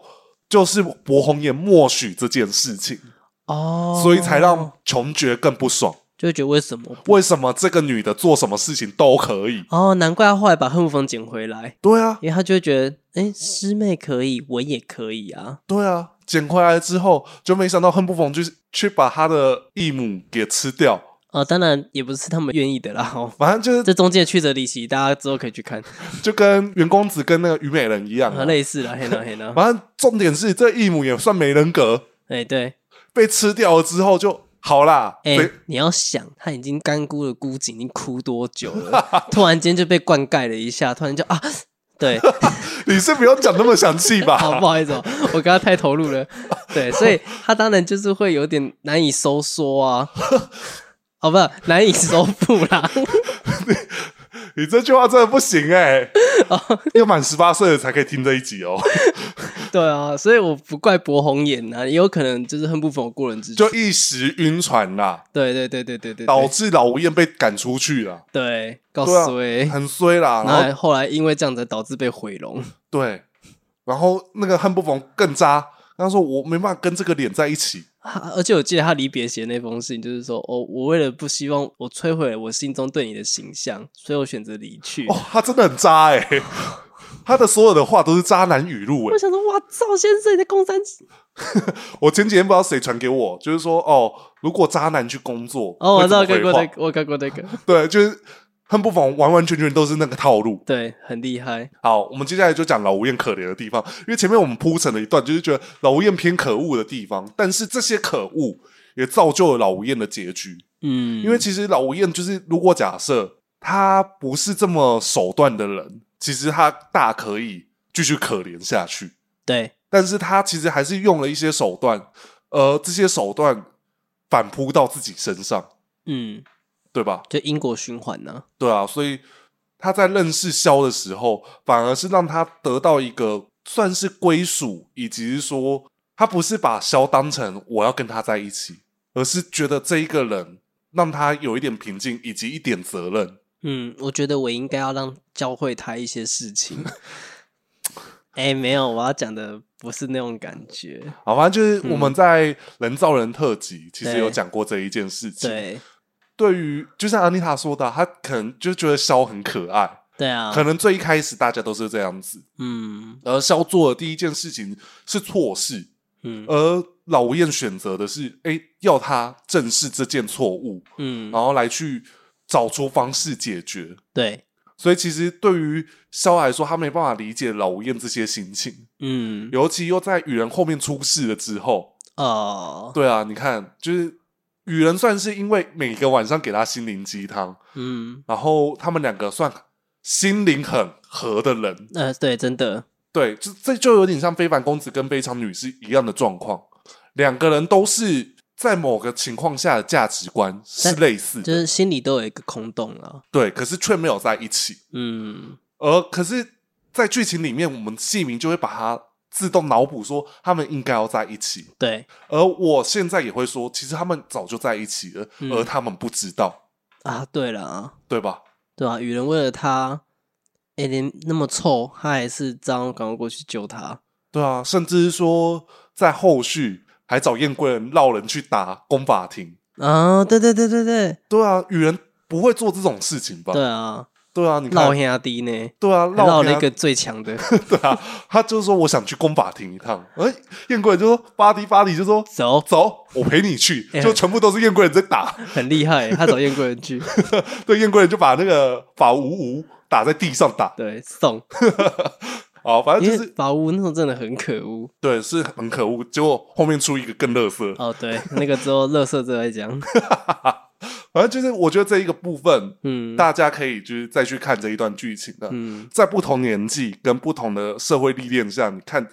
Speaker 1: 就是薄红颜默许这件事情，
Speaker 2: 哦，
Speaker 1: 所以才让穷觉更不爽。
Speaker 2: 就会觉得为什么不？
Speaker 1: 为什么这个女的做什么事情都可以？
Speaker 2: 哦，难怪他后来把恨不风捡回来，
Speaker 1: 对啊，
Speaker 2: 因为他就会觉得，哎、师妹可以，我也可以啊，
Speaker 1: 对啊，捡回来之后，就没想到恨不逢就是去把他的义母给吃掉。
Speaker 2: 哦，当然也不是他们愿意的啦，哦，
Speaker 1: 反正就是
Speaker 2: 这中间的曲折离奇，大家之后可以去看，
Speaker 1: 就跟袁公子跟那个虞美人一样、 *laughs*
Speaker 2: 啊，
Speaker 1: 啊。
Speaker 2: 类似啦，嘿啦嘿啦，
Speaker 1: 反正重点是这义母也算没人格，
Speaker 2: 哎，对，
Speaker 1: 被吃掉了之后就好啦，
Speaker 2: 哎、
Speaker 1: 对
Speaker 2: 你要想，他已经干枯的枯井已经枯多久
Speaker 1: *laughs*
Speaker 2: 了？突然间就被灌溉了一下，突然就啊，对，
Speaker 1: 你是不用讲那么详细吧？
Speaker 2: *laughs* 好不好意思、哦，我刚刚太投入了，对，所以他当然就是会有点难以收缩啊，哦，不，难以收腹啦。
Speaker 1: 你这句话真的不行哎、
Speaker 2: *laughs* 哦
Speaker 1: 要满十八岁了才可以听这一集哦。
Speaker 2: 对啊，所以我不怪博红眼啊，也有可能就是恨不逢我过人之处
Speaker 1: 就。一时晕船啦，
Speaker 2: 对对对对对对
Speaker 1: 导
Speaker 2: 对，
Speaker 1: 致老吴燕被赶出去了，
Speaker 2: 对，告
Speaker 1: 对啊
Speaker 2: 衰。
Speaker 1: 很衰啦。然
Speaker 2: 那
Speaker 1: 后
Speaker 2: 后来因为这样子导致被毁容，
Speaker 1: 对，然后那个恨不逢更渣，他说我没办法跟这个脸在一起。
Speaker 2: 啊 *laughs* 而且我记得他离别写的那封信，就是说，哦，我为了不希望我摧毁了我心中对你的形象，所以我选择离去。
Speaker 1: 哦，他真的很渣哎、他的所有的话都是渣男语录哎、
Speaker 2: 我想说，哇，赵先生你在公山
Speaker 1: 我前几天不知道谁传给我，就是说哦，如果渣男去工作，
Speaker 2: 哦，我知道
Speaker 1: 会怎
Speaker 2: 看
Speaker 1: 么
Speaker 2: 过
Speaker 1: 回
Speaker 2: 那
Speaker 1: 话
Speaker 2: 个，我看过那个， *laughs*
Speaker 1: 对，就是恨不逢完完全全都是那个套路。
Speaker 2: 对，很厉害。
Speaker 1: 好，我们接下来就讲老吴燕可怜的地方，因为前面我们铺陈了一段，就是觉得老吴燕偏可恶的地方，但是这些可恶也造就了老吴燕的结局。
Speaker 2: 嗯，
Speaker 1: 因为其实老吴燕就是，如果假设他不是这么手段的人，其实他大可以继续可怜下去，
Speaker 2: 对
Speaker 1: 但是他其实还是用了一些手段，呃，这些手段反扑到自己身上，
Speaker 2: 嗯，
Speaker 1: 对吧？
Speaker 2: 就因果循环呢、
Speaker 1: 对啊，所以他在认识萧的时候，反而是让他得到一个算是归属，以及是说他不是把萧当成我要跟他在一起，而是觉得这一个人让他有一点平静，以及一点责任。
Speaker 2: 嗯，我觉得我应该要让教会他一些事
Speaker 1: *laughs*
Speaker 2: 情。哎、没有，我要讲的不是那种感觉。
Speaker 1: 好，反正就是我们在人造人特辑、其实
Speaker 2: 嗯对
Speaker 1: 有讲过这一件事情。，
Speaker 2: 对
Speaker 1: 对于就像安妮塔说的，她可能就觉得萧很可爱，
Speaker 2: 对啊，
Speaker 1: 可能最一开始大家都是这样子。
Speaker 2: 嗯
Speaker 1: 而萧做的第一件事情是错事，
Speaker 2: 嗯
Speaker 1: 而老吴燕选择的是，哎、要他正视这件错误，
Speaker 2: 嗯，
Speaker 1: 然后来去找出方式解决。
Speaker 2: 对，
Speaker 1: 所以其实对于萧来说，他没办法理解老吴燕这些心情，
Speaker 2: 嗯
Speaker 1: 尤其又在雨人后面出事了之后，
Speaker 2: 哦，
Speaker 1: 对啊，你看，就是雨人算是因为每个晚上给他心灵鸡汤，
Speaker 2: 嗯
Speaker 1: 然后他们两个算心灵很合的人，
Speaker 2: 呃，对，真的，
Speaker 1: 对，这这就有点像非凡公子跟非常女是一样的状况，两个人都是在某个情况下的价值观是
Speaker 2: 但
Speaker 1: 类似
Speaker 2: 就
Speaker 1: 的，
Speaker 2: 是心里都有一个空洞啊。
Speaker 1: 对，可是却没有在一起。
Speaker 2: 嗯，
Speaker 1: 而可是，在剧情里面，我们戏迷就会把它自动脑补说他们应该要在一起，
Speaker 2: 对
Speaker 1: 而我现在也会说，其实他们早就在一起了，
Speaker 2: 嗯
Speaker 1: 而他们不知道，
Speaker 2: 啊，对了啊，
Speaker 1: 对吧？
Speaker 2: 对啊，雨人为了他，哎、连那么臭，他还是这样赶快过去救他。
Speaker 1: 对啊，甚至是说在后续还找燕贵人绕人去打公法庭，
Speaker 2: 啊，对对对对对，
Speaker 1: 对啊，雨人不会做这种事情吧？
Speaker 2: 对啊，
Speaker 1: 对啊，你看
Speaker 2: 老，兄弟呢，
Speaker 1: 对啊，
Speaker 2: 还绕
Speaker 1: 人
Speaker 2: 了
Speaker 1: 家
Speaker 2: 一个最
Speaker 1: *laughs*
Speaker 2: 强的，
Speaker 1: 对啊，他就说我想去公法庭一趟， *laughs* 哎，燕贵人就说巴迪巴迪就说
Speaker 2: 走，
Speaker 1: 走，我陪你去，
Speaker 2: 哎
Speaker 1: 就全部都是燕贵人在打， *laughs*
Speaker 2: 很厉害，他找燕贵人去，
Speaker 1: 对，燕贵人就把那个法无无打在地上打，*laughs*
Speaker 2: 对，送，
Speaker 1: 哦，反正
Speaker 2: 因
Speaker 1: 就
Speaker 2: 为
Speaker 1: 是
Speaker 2: 法乌那时候真的很可恶。
Speaker 1: 对，是很可恶，结果后面出一个更乐色，
Speaker 2: 哦，对，那个之后乐色之后再讲，
Speaker 1: 反正就是我觉得这一个部分，
Speaker 2: 嗯
Speaker 1: 大家可以就是再去看这一段剧情的，
Speaker 2: 嗯，
Speaker 1: 在不同年纪跟不同的社会历练下，你看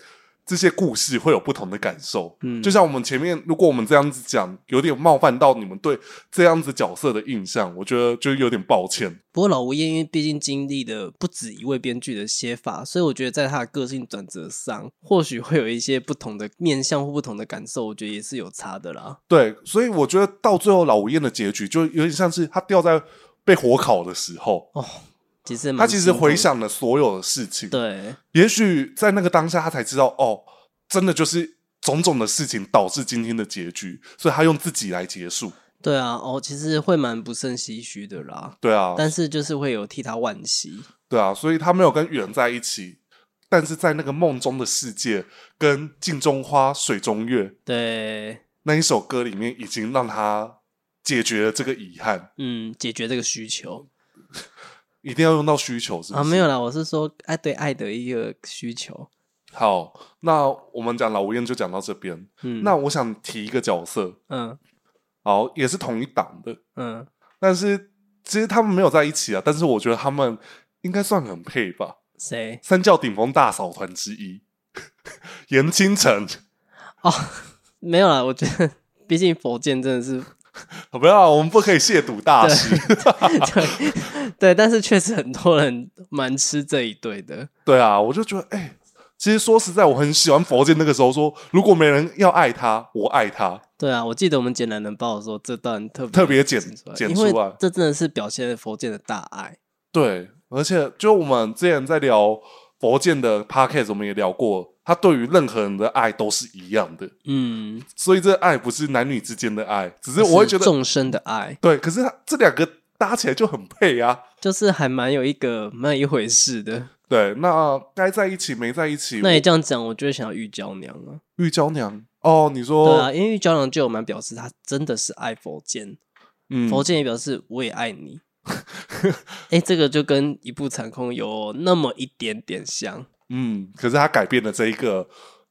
Speaker 1: 这些故事会有不同的感受。
Speaker 2: 嗯
Speaker 1: 就像我们前面，如果我们这样子讲，有点冒犯到你们对这样子角色的印象，我觉得就有点抱歉。
Speaker 2: 不过老吴燕因为毕竟经历了不止一位编剧的写法，所以我觉得在他的个性转折上，或许会有一些不同的面向或不同的感受，我觉得也是有差的啦。
Speaker 1: 对，所以我觉得到最后老吴燕的结局，就有点像是他掉在被火烤的时候，
Speaker 2: 哦，其实蛮
Speaker 1: 他其实回
Speaker 2: 心
Speaker 1: 想了所有的事情。
Speaker 2: 痛的，对，
Speaker 1: 也许在那个当下，他才知道哦，真的就是种种的事情导致今天的结局，所以他用自己来结束。
Speaker 2: 对啊，哦，其实会蛮不胜唏嘘的啦。
Speaker 1: 对啊，
Speaker 2: 但是就是会有替他惋惜，
Speaker 1: 对啊，所以他没有跟雨人在一起，但是在那个梦中的世界跟《镜中花水中月》
Speaker 2: 对，
Speaker 1: 那一首歌里面，已经让他解决了这个遗憾。
Speaker 2: 嗯，解决这个需求
Speaker 1: 一定要用到需求，是不是？
Speaker 2: 啊，没有。啦，我是说爱对爱的一个需求，
Speaker 1: 好，那我们讲老吴燕就讲到这边。
Speaker 2: 嗯，
Speaker 1: 那我想提一个角色，
Speaker 2: 嗯
Speaker 1: 好，也是同一档的，
Speaker 2: 嗯，
Speaker 1: 但是其实他们没有在一起啊，但是我觉得他们应该算很配吧，
Speaker 2: 谁？
Speaker 1: 三教顶峰大嫂团之一， *laughs* 严清城。
Speaker 2: 哦， *laughs* 没有啦，我觉得 *laughs* 毕竟佛剑真的是
Speaker 1: 好不要，我们不可以亵渎大师。
Speaker 2: *laughs* 对对，但是确实很多人蛮吃这一对的。
Speaker 1: 对啊，我就觉得，哎、其实说实在，我很喜欢佛剑。那个时候说，如果没人要爱他，我爱他，
Speaker 2: 对啊，我记得我们剪男人报的时候，这段特别
Speaker 1: 特别剪
Speaker 2: 出来，
Speaker 1: 剪
Speaker 2: 因
Speaker 1: 出
Speaker 2: 为
Speaker 1: 来。
Speaker 2: 这真的是表现了佛剑的大爱。
Speaker 1: 对，而且就我们之前在聊佛剑的 podcast，我们也聊过，他对于任何人的爱都是一样的，
Speaker 2: 嗯，
Speaker 1: 所以这爱不是男女之间的爱，只是我会觉
Speaker 2: 是
Speaker 1: 得，
Speaker 2: 众生的爱，
Speaker 1: 对，可是他这两个搭起来就很配啊。
Speaker 2: 就是还蛮有一个蛮有一回事的。
Speaker 1: 对，那该在一起没在一起，
Speaker 2: 那你这样讲，我就会想要玉娇娘啊，
Speaker 1: 玉娇娘哦，你说，
Speaker 2: 对啊，因为玉娇娘就有蛮表示她真的是爱佛剑，
Speaker 1: 嗯，
Speaker 2: 佛剑也表示我也
Speaker 1: *laughs*
Speaker 2: 爱你。哎、这个就跟一步长空有那么一点点像。
Speaker 1: 嗯，可是他改变了这一个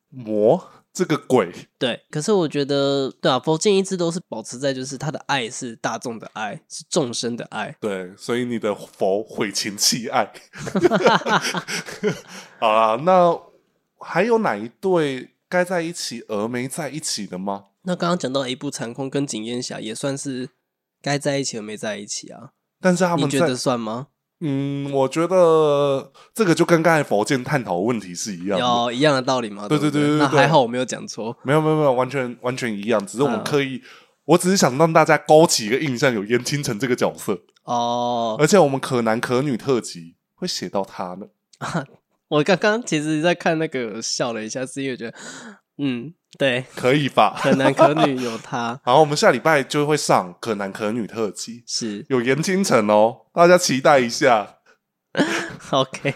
Speaker 1: 魔，这个鬼，
Speaker 2: 对，可是我觉得，对啊，佛剑一直都是保持在就是他的爱是大众的爱，是众生的爱。
Speaker 1: 对，所以你的佛毁情弃
Speaker 2: *laughs*
Speaker 1: 爱。 *laughs* 好啦，那还有哪一对该在一起而没在一起的吗？
Speaker 2: 那刚刚讲到一步长空跟景烟霞也算是该在一起而没在一起啊，
Speaker 1: 但是他
Speaker 2: 你
Speaker 1: 们
Speaker 2: 觉
Speaker 1: 在
Speaker 2: 得，算吗？
Speaker 1: 嗯，我觉得这个就跟刚才佛剑探讨的问题是一样的，
Speaker 2: 有一样的道理吗？
Speaker 1: 对
Speaker 2: 对不
Speaker 1: 对对对
Speaker 2: 那
Speaker 1: 对
Speaker 2: 还好我没有讲错。
Speaker 1: 没有没有没有，完全完全一样，只是我们
Speaker 2: 嗯
Speaker 1: 刻意，我只是想让大家勾起一个印象，有燕青城这个角色，
Speaker 2: 哦，
Speaker 1: 而且我们可男可女特辑会写到他呢。
Speaker 2: 我刚刚其实在看那个笑了一下，是因为觉得，嗯，对，
Speaker 1: 可以
Speaker 2: *laughs*
Speaker 1: 吧？
Speaker 2: 可男可女
Speaker 1: *laughs*
Speaker 2: 有他
Speaker 1: 好，我们下礼拜就会上可男可女特辑，
Speaker 2: 是
Speaker 1: 有严清城哦，大家期待一下， *laughs*
Speaker 2: OK，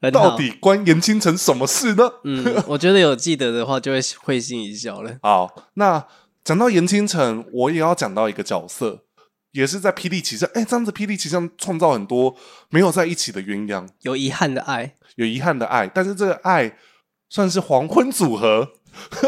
Speaker 2: 很好
Speaker 1: 到底关严清城什么事呢？
Speaker 2: 嗯，我觉得有记得的话就会会心一笑了。
Speaker 1: 好，那讲到严清城，我也要讲到一个角色，也是在霹雳奇象，哎，这样子霹雳奇象创造很多没有在一起的鸳鸯，
Speaker 2: 有遗憾的爱，
Speaker 1: 有遗憾的爱，但是这个爱算是黄昏组合，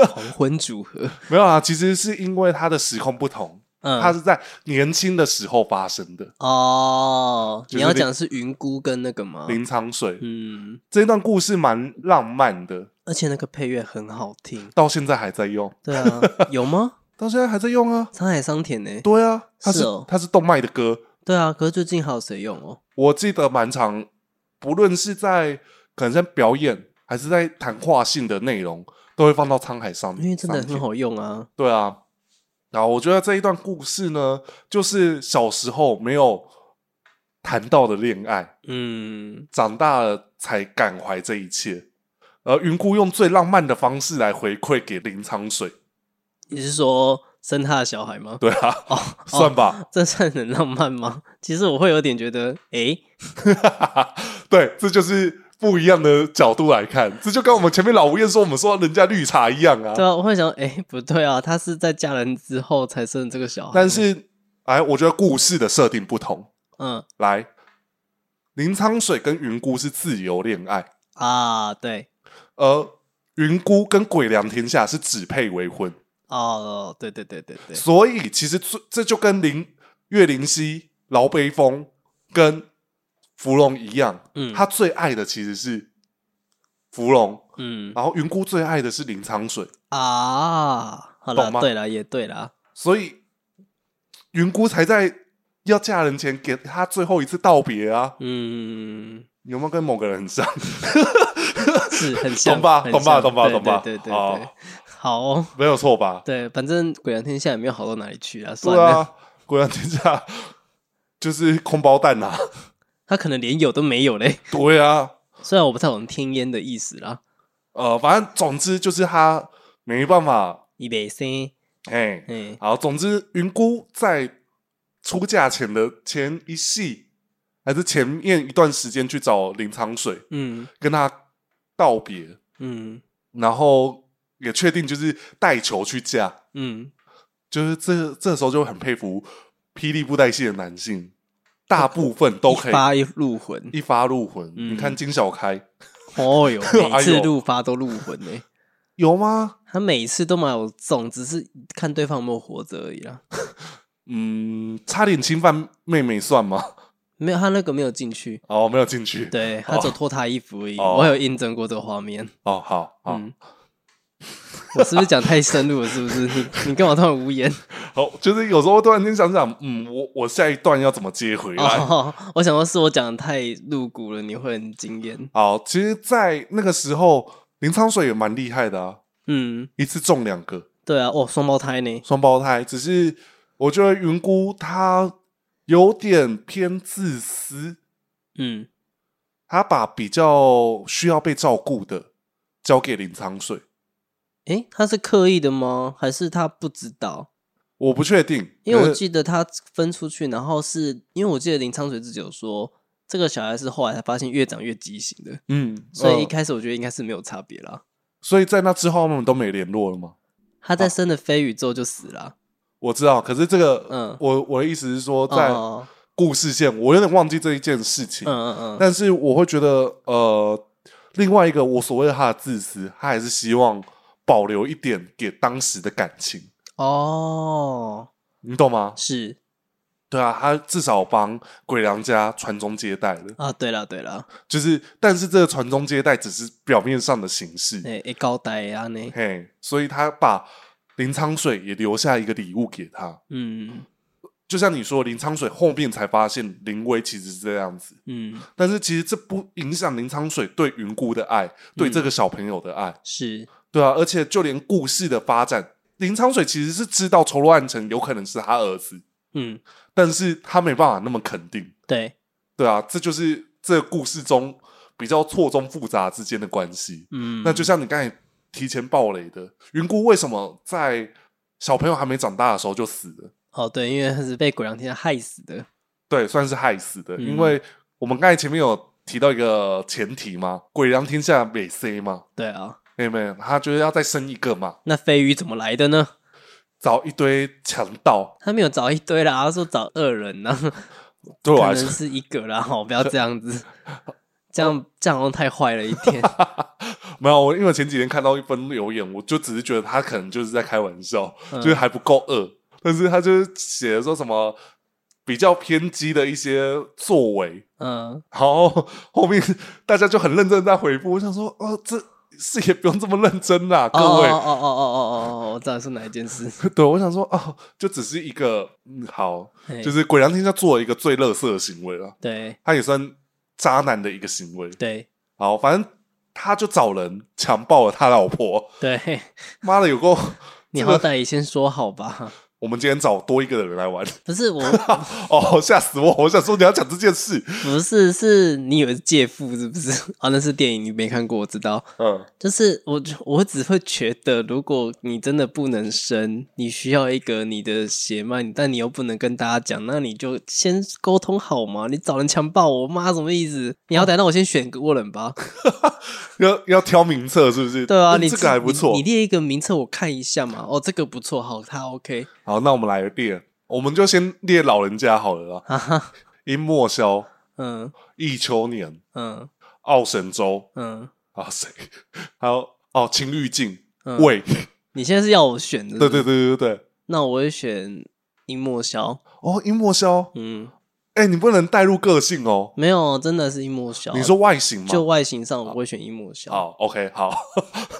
Speaker 2: 黄昏组合，
Speaker 1: 没有啊，其实是因为它的时空不同，
Speaker 2: 嗯，
Speaker 1: 它是在年轻的时候发生的。
Speaker 2: 哦，
Speaker 1: 就是
Speaker 2: 你要
Speaker 1: 林
Speaker 2: 讲是云姑跟那个吗？
Speaker 1: 林苍水、
Speaker 2: 嗯，
Speaker 1: 这一段故事蛮浪漫的，
Speaker 2: 而且那个配乐很好听。
Speaker 1: 到现在还在用，*laughs*
Speaker 2: 对啊，有吗？
Speaker 1: 到现在还在用啊。
Speaker 2: 沧海桑田呢、
Speaker 1: 对啊，它是
Speaker 2: 是哦
Speaker 1: 它是动脉的歌，
Speaker 2: 对啊，可是最近还有谁用哦？
Speaker 1: 我记得蛮长，不论是在可能在表演还是在谈话性的内容，都会放到沧海上面。
Speaker 2: 因为真的
Speaker 1: 上面
Speaker 2: 很好用啊。
Speaker 1: 对啊。然后我觉得这一段故事呢，就是小时候没有谈到的恋爱，
Speaker 2: 嗯，
Speaker 1: 长大了才感怀这一切。而云姑用最浪漫的方式来回馈给林苍水，
Speaker 2: 你是说生他的小孩吗？
Speaker 1: 对啊， *laughs*
Speaker 2: 哦，
Speaker 1: 算
Speaker 2: 哦，
Speaker 1: 吧，
Speaker 2: 这算很浪漫吗？其实我会有点觉得，诶、
Speaker 1: *laughs* 对，这就是不一样的角度来看，这就跟我们前面老吴燕说我们说人家绿茶一样啊。
Speaker 2: 对啊，我会想，诶、不对啊，他是在嫁人之后才生这个小孩。
Speaker 1: 但，是，哎，我觉得故事的设定不同。
Speaker 2: 嗯
Speaker 1: 来，林苍水跟云姑是自由恋爱，
Speaker 2: 啊，对，
Speaker 1: 而云姑跟鬼良天下是指配为婚，
Speaker 2: 哦，对对对对对，
Speaker 1: 所以其实这这就跟林岳灵溪、劳悲风跟芙蓉一样，
Speaker 2: 嗯
Speaker 1: 他最爱的其实是芙蓉，
Speaker 2: 嗯
Speaker 1: 然后云姑最爱的是林苍水。
Speaker 2: 啊，好
Speaker 1: 懂
Speaker 2: 了
Speaker 1: 吗，
Speaker 2: 对了，也对了，
Speaker 1: 所以云姑才在要嫁人前给他最后一次道别啊！
Speaker 2: 嗯，
Speaker 1: 你有没有跟某个人很像？ *laughs*
Speaker 2: 是很像，
Speaker 1: 懂吧？
Speaker 2: 很
Speaker 1: 懂吧？
Speaker 2: 像
Speaker 1: 懂吧？
Speaker 2: 对
Speaker 1: 懂吧？
Speaker 2: 对对对
Speaker 1: 哦
Speaker 2: 对，好哦，
Speaker 1: 没有错吧？
Speaker 2: 对，反正鬼良天下也没有好到哪里去啊，算
Speaker 1: 对
Speaker 2: 了，
Speaker 1: 啊，果然天下就是空包蛋呐、啊！ *laughs*
Speaker 2: 他可能连有都没有嘞。
Speaker 1: 对啊，
Speaker 2: 虽然我不太懂天烟的意思啦，
Speaker 1: 呃，反正总之就是他没办法，
Speaker 2: 一百三，
Speaker 1: 哎，
Speaker 2: 哎，
Speaker 1: 好，总之云姑在出嫁前的前一戏，还是前面一段时间去找林长水
Speaker 2: 嗯
Speaker 1: 跟他道别，
Speaker 2: 嗯
Speaker 1: 然后也确定就是带球去嫁，
Speaker 2: 嗯，
Speaker 1: 就是这这时候就很佩服霹雳布袋戏的男性，大部分都可
Speaker 2: 一
Speaker 1: 以
Speaker 2: 发一
Speaker 1: *laughs*
Speaker 2: 入魂，
Speaker 1: 一发入魂。
Speaker 2: 嗯
Speaker 1: 你看金小开
Speaker 2: 哦哟，
Speaker 1: 哎
Speaker 2: 每次
Speaker 1: 呦
Speaker 2: 入发都入魂欸呢。
Speaker 1: 有吗？
Speaker 2: 他每次都蛮有中，只是看对方有没有活着而已啦。
Speaker 1: 嗯，差点侵犯妹妹算吗？
Speaker 2: 没有，他那个没有进去，
Speaker 1: 哦，没有进去。
Speaker 2: 对他只有脱他衣服而已。
Speaker 1: 哦
Speaker 2: 我有印证过这个画面。
Speaker 1: 哦，好好、
Speaker 2: 嗯，我是不是讲太深入了？是不是？你你干嘛突然无言？
Speaker 1: 好，就是有时候突然间想想，嗯，我我下一段要怎么接回来？
Speaker 2: 哦，我想说是我讲的太露骨了，你会很惊艳。
Speaker 1: *laughs* 好，其实，在那个时候，林昌水也蛮厉害的啊，
Speaker 2: 嗯，
Speaker 1: 一次中两个
Speaker 2: 对啊，哦，双胞胎呢？
Speaker 1: 双胞胎。只是我觉得云姑她有点偏自私，
Speaker 2: 嗯，
Speaker 1: 她把比较需要被照顾的交给林昌水。
Speaker 2: 诶，他是刻意的吗？还是他不知道？
Speaker 1: 我不确定，
Speaker 2: 因为我
Speaker 1: 可是
Speaker 2: 记得他分出去，然后是因为我记得林昌水自己有说，这个小孩是后来才发现越长越畸形的，
Speaker 1: 嗯，
Speaker 2: 所以一
Speaker 1: 呃
Speaker 2: 开始我觉得应该是没有差别啦。
Speaker 1: 所以在那之后，他们都没联络了吗？
Speaker 2: 他
Speaker 1: 哦
Speaker 2: 在生了飞宇宙就死了。
Speaker 1: 我知道，可是这个，
Speaker 2: 嗯
Speaker 1: 我我的意思是说，在
Speaker 2: 哦，
Speaker 1: 故事线，我有点忘记这一件事情，
Speaker 2: 嗯嗯嗯，
Speaker 1: 但是我会觉得，呃，另外一个我所谓的他的自私，他还是希望保留一点给当时的感情，
Speaker 2: 哦，
Speaker 1: 你懂吗？
Speaker 2: 是
Speaker 1: 对啊，他至少帮鬼良家传宗接代了，
Speaker 2: 啊，对了对了，
Speaker 1: 就是，但是这个传宗接代只是表面上的形式，
Speaker 2: 诶诶，高呆啊呢，
Speaker 1: 嘿，所以他把林昌水也留下一个礼物给他。
Speaker 2: 嗯
Speaker 1: 就像你说，林昌水后面才发现林威其实是这样子，
Speaker 2: 嗯
Speaker 1: 但是其实这不影响林昌水对云姑的爱，对这个小朋友的爱，
Speaker 2: 是，
Speaker 1: 对啊，而且就连故事的发展，林昌水其实是知道仇罗暗城有可能是他儿子，
Speaker 2: 嗯
Speaker 1: 但是他没办法那么肯定，
Speaker 2: 对，
Speaker 1: 对啊，这就是这个故事中比较错综复杂之间的关系。
Speaker 2: 嗯，
Speaker 1: 那就像你刚才提前暴雷的，云姑为什么在小朋友还没长大的时候就死了？
Speaker 2: 哦对，因为他是被鬼狼天害死的，
Speaker 1: 对，算是害死的，
Speaker 2: 嗯
Speaker 1: 因为我们刚才前面有提到一个前提嘛，鬼良天下美 C 嘛，
Speaker 2: 对啊，
Speaker 1: 妹妹，他就是要再生一个嘛，
Speaker 2: 那飞鱼怎么来的呢？
Speaker 1: 找一堆强盗，
Speaker 2: 他没有找一堆啦，他说找二人呢、
Speaker 1: *laughs* 对啊我
Speaker 2: 可
Speaker 1: 来
Speaker 2: 能
Speaker 1: 说，
Speaker 2: 是一个啦，哦吼，不要这
Speaker 1: *laughs*
Speaker 2: 样子，这样这样好像太坏了一点。
Speaker 1: 没有，我因为前几天看到一封留言，我就只是觉得他可能就是在开玩笑，
Speaker 2: 嗯
Speaker 1: 就是还不够恶，但是他就是写的说什么比较偏激的一些作为，
Speaker 2: 嗯，
Speaker 1: 然后后面大家就很认真地在回复，我想说，哦，这事也不用这么认真啦，*laughs* 各
Speaker 2: 哦哦
Speaker 1: 位。
Speaker 2: 哦哦哦哦哦，我知道是哪一件事。
Speaker 1: 对，我想说哦，就只是一个嗯好，*laughs*
Speaker 2: 嘿
Speaker 1: 就是鬼良天下做了一个最乐色的行为了，
Speaker 2: 对
Speaker 1: 他也算渣男的一个行为。
Speaker 2: 对
Speaker 1: 好，反正他就找人强暴了他老婆，
Speaker 2: 对，
Speaker 1: 妈的有够！
Speaker 2: 你
Speaker 1: 这
Speaker 2: 好
Speaker 1: 个
Speaker 2: 歹也先说好吧。 *laughs*
Speaker 1: 我们今天找多一个人来玩，
Speaker 2: 不是我，
Speaker 1: 哦，吓死我！我想说你要讲这件事，
Speaker 2: 不是，是你以为是借腹是不是？ *laughs* 啊，那是电影，你没看过，我知道。
Speaker 1: 嗯，
Speaker 2: 就是我，我只会觉得，如果你真的不能生，你需要一个你的血脉，但你又不能跟大家讲，那你就先沟通好嘛。你找人强暴我妈什么意思？你好歹让我先选个人吧。
Speaker 1: 要要挑名册是不是？
Speaker 2: 对啊，
Speaker 1: 嗯
Speaker 2: 你
Speaker 1: 这
Speaker 2: 自
Speaker 1: 个还不错
Speaker 2: 你。你列一个名册我看一下嘛。哦，这个不错，好，他 OK，
Speaker 1: 好，那我们来列，我们就先列老人家好了啦。
Speaker 2: 哈啊哈，
Speaker 1: 殷墨萧、
Speaker 2: 嗯
Speaker 1: 忆秋年、
Speaker 2: 嗯
Speaker 1: 奥神州
Speaker 2: 嗯
Speaker 1: 啊，谁？ *laughs* 还有哦，秦玉镜、
Speaker 2: 嗯，，
Speaker 1: 魏，
Speaker 2: 你现在是要我选的，
Speaker 1: 对对，对对对，
Speaker 2: 那我会选樱木萧，
Speaker 1: 哦，樱木萧，
Speaker 2: 嗯，
Speaker 1: 哎、你不能带入个性哦，
Speaker 2: 没有，真的是樱木萧，
Speaker 1: 你说外形吗？
Speaker 2: 就外形上，我会选樱木萧。
Speaker 1: 好，OK，好， *laughs*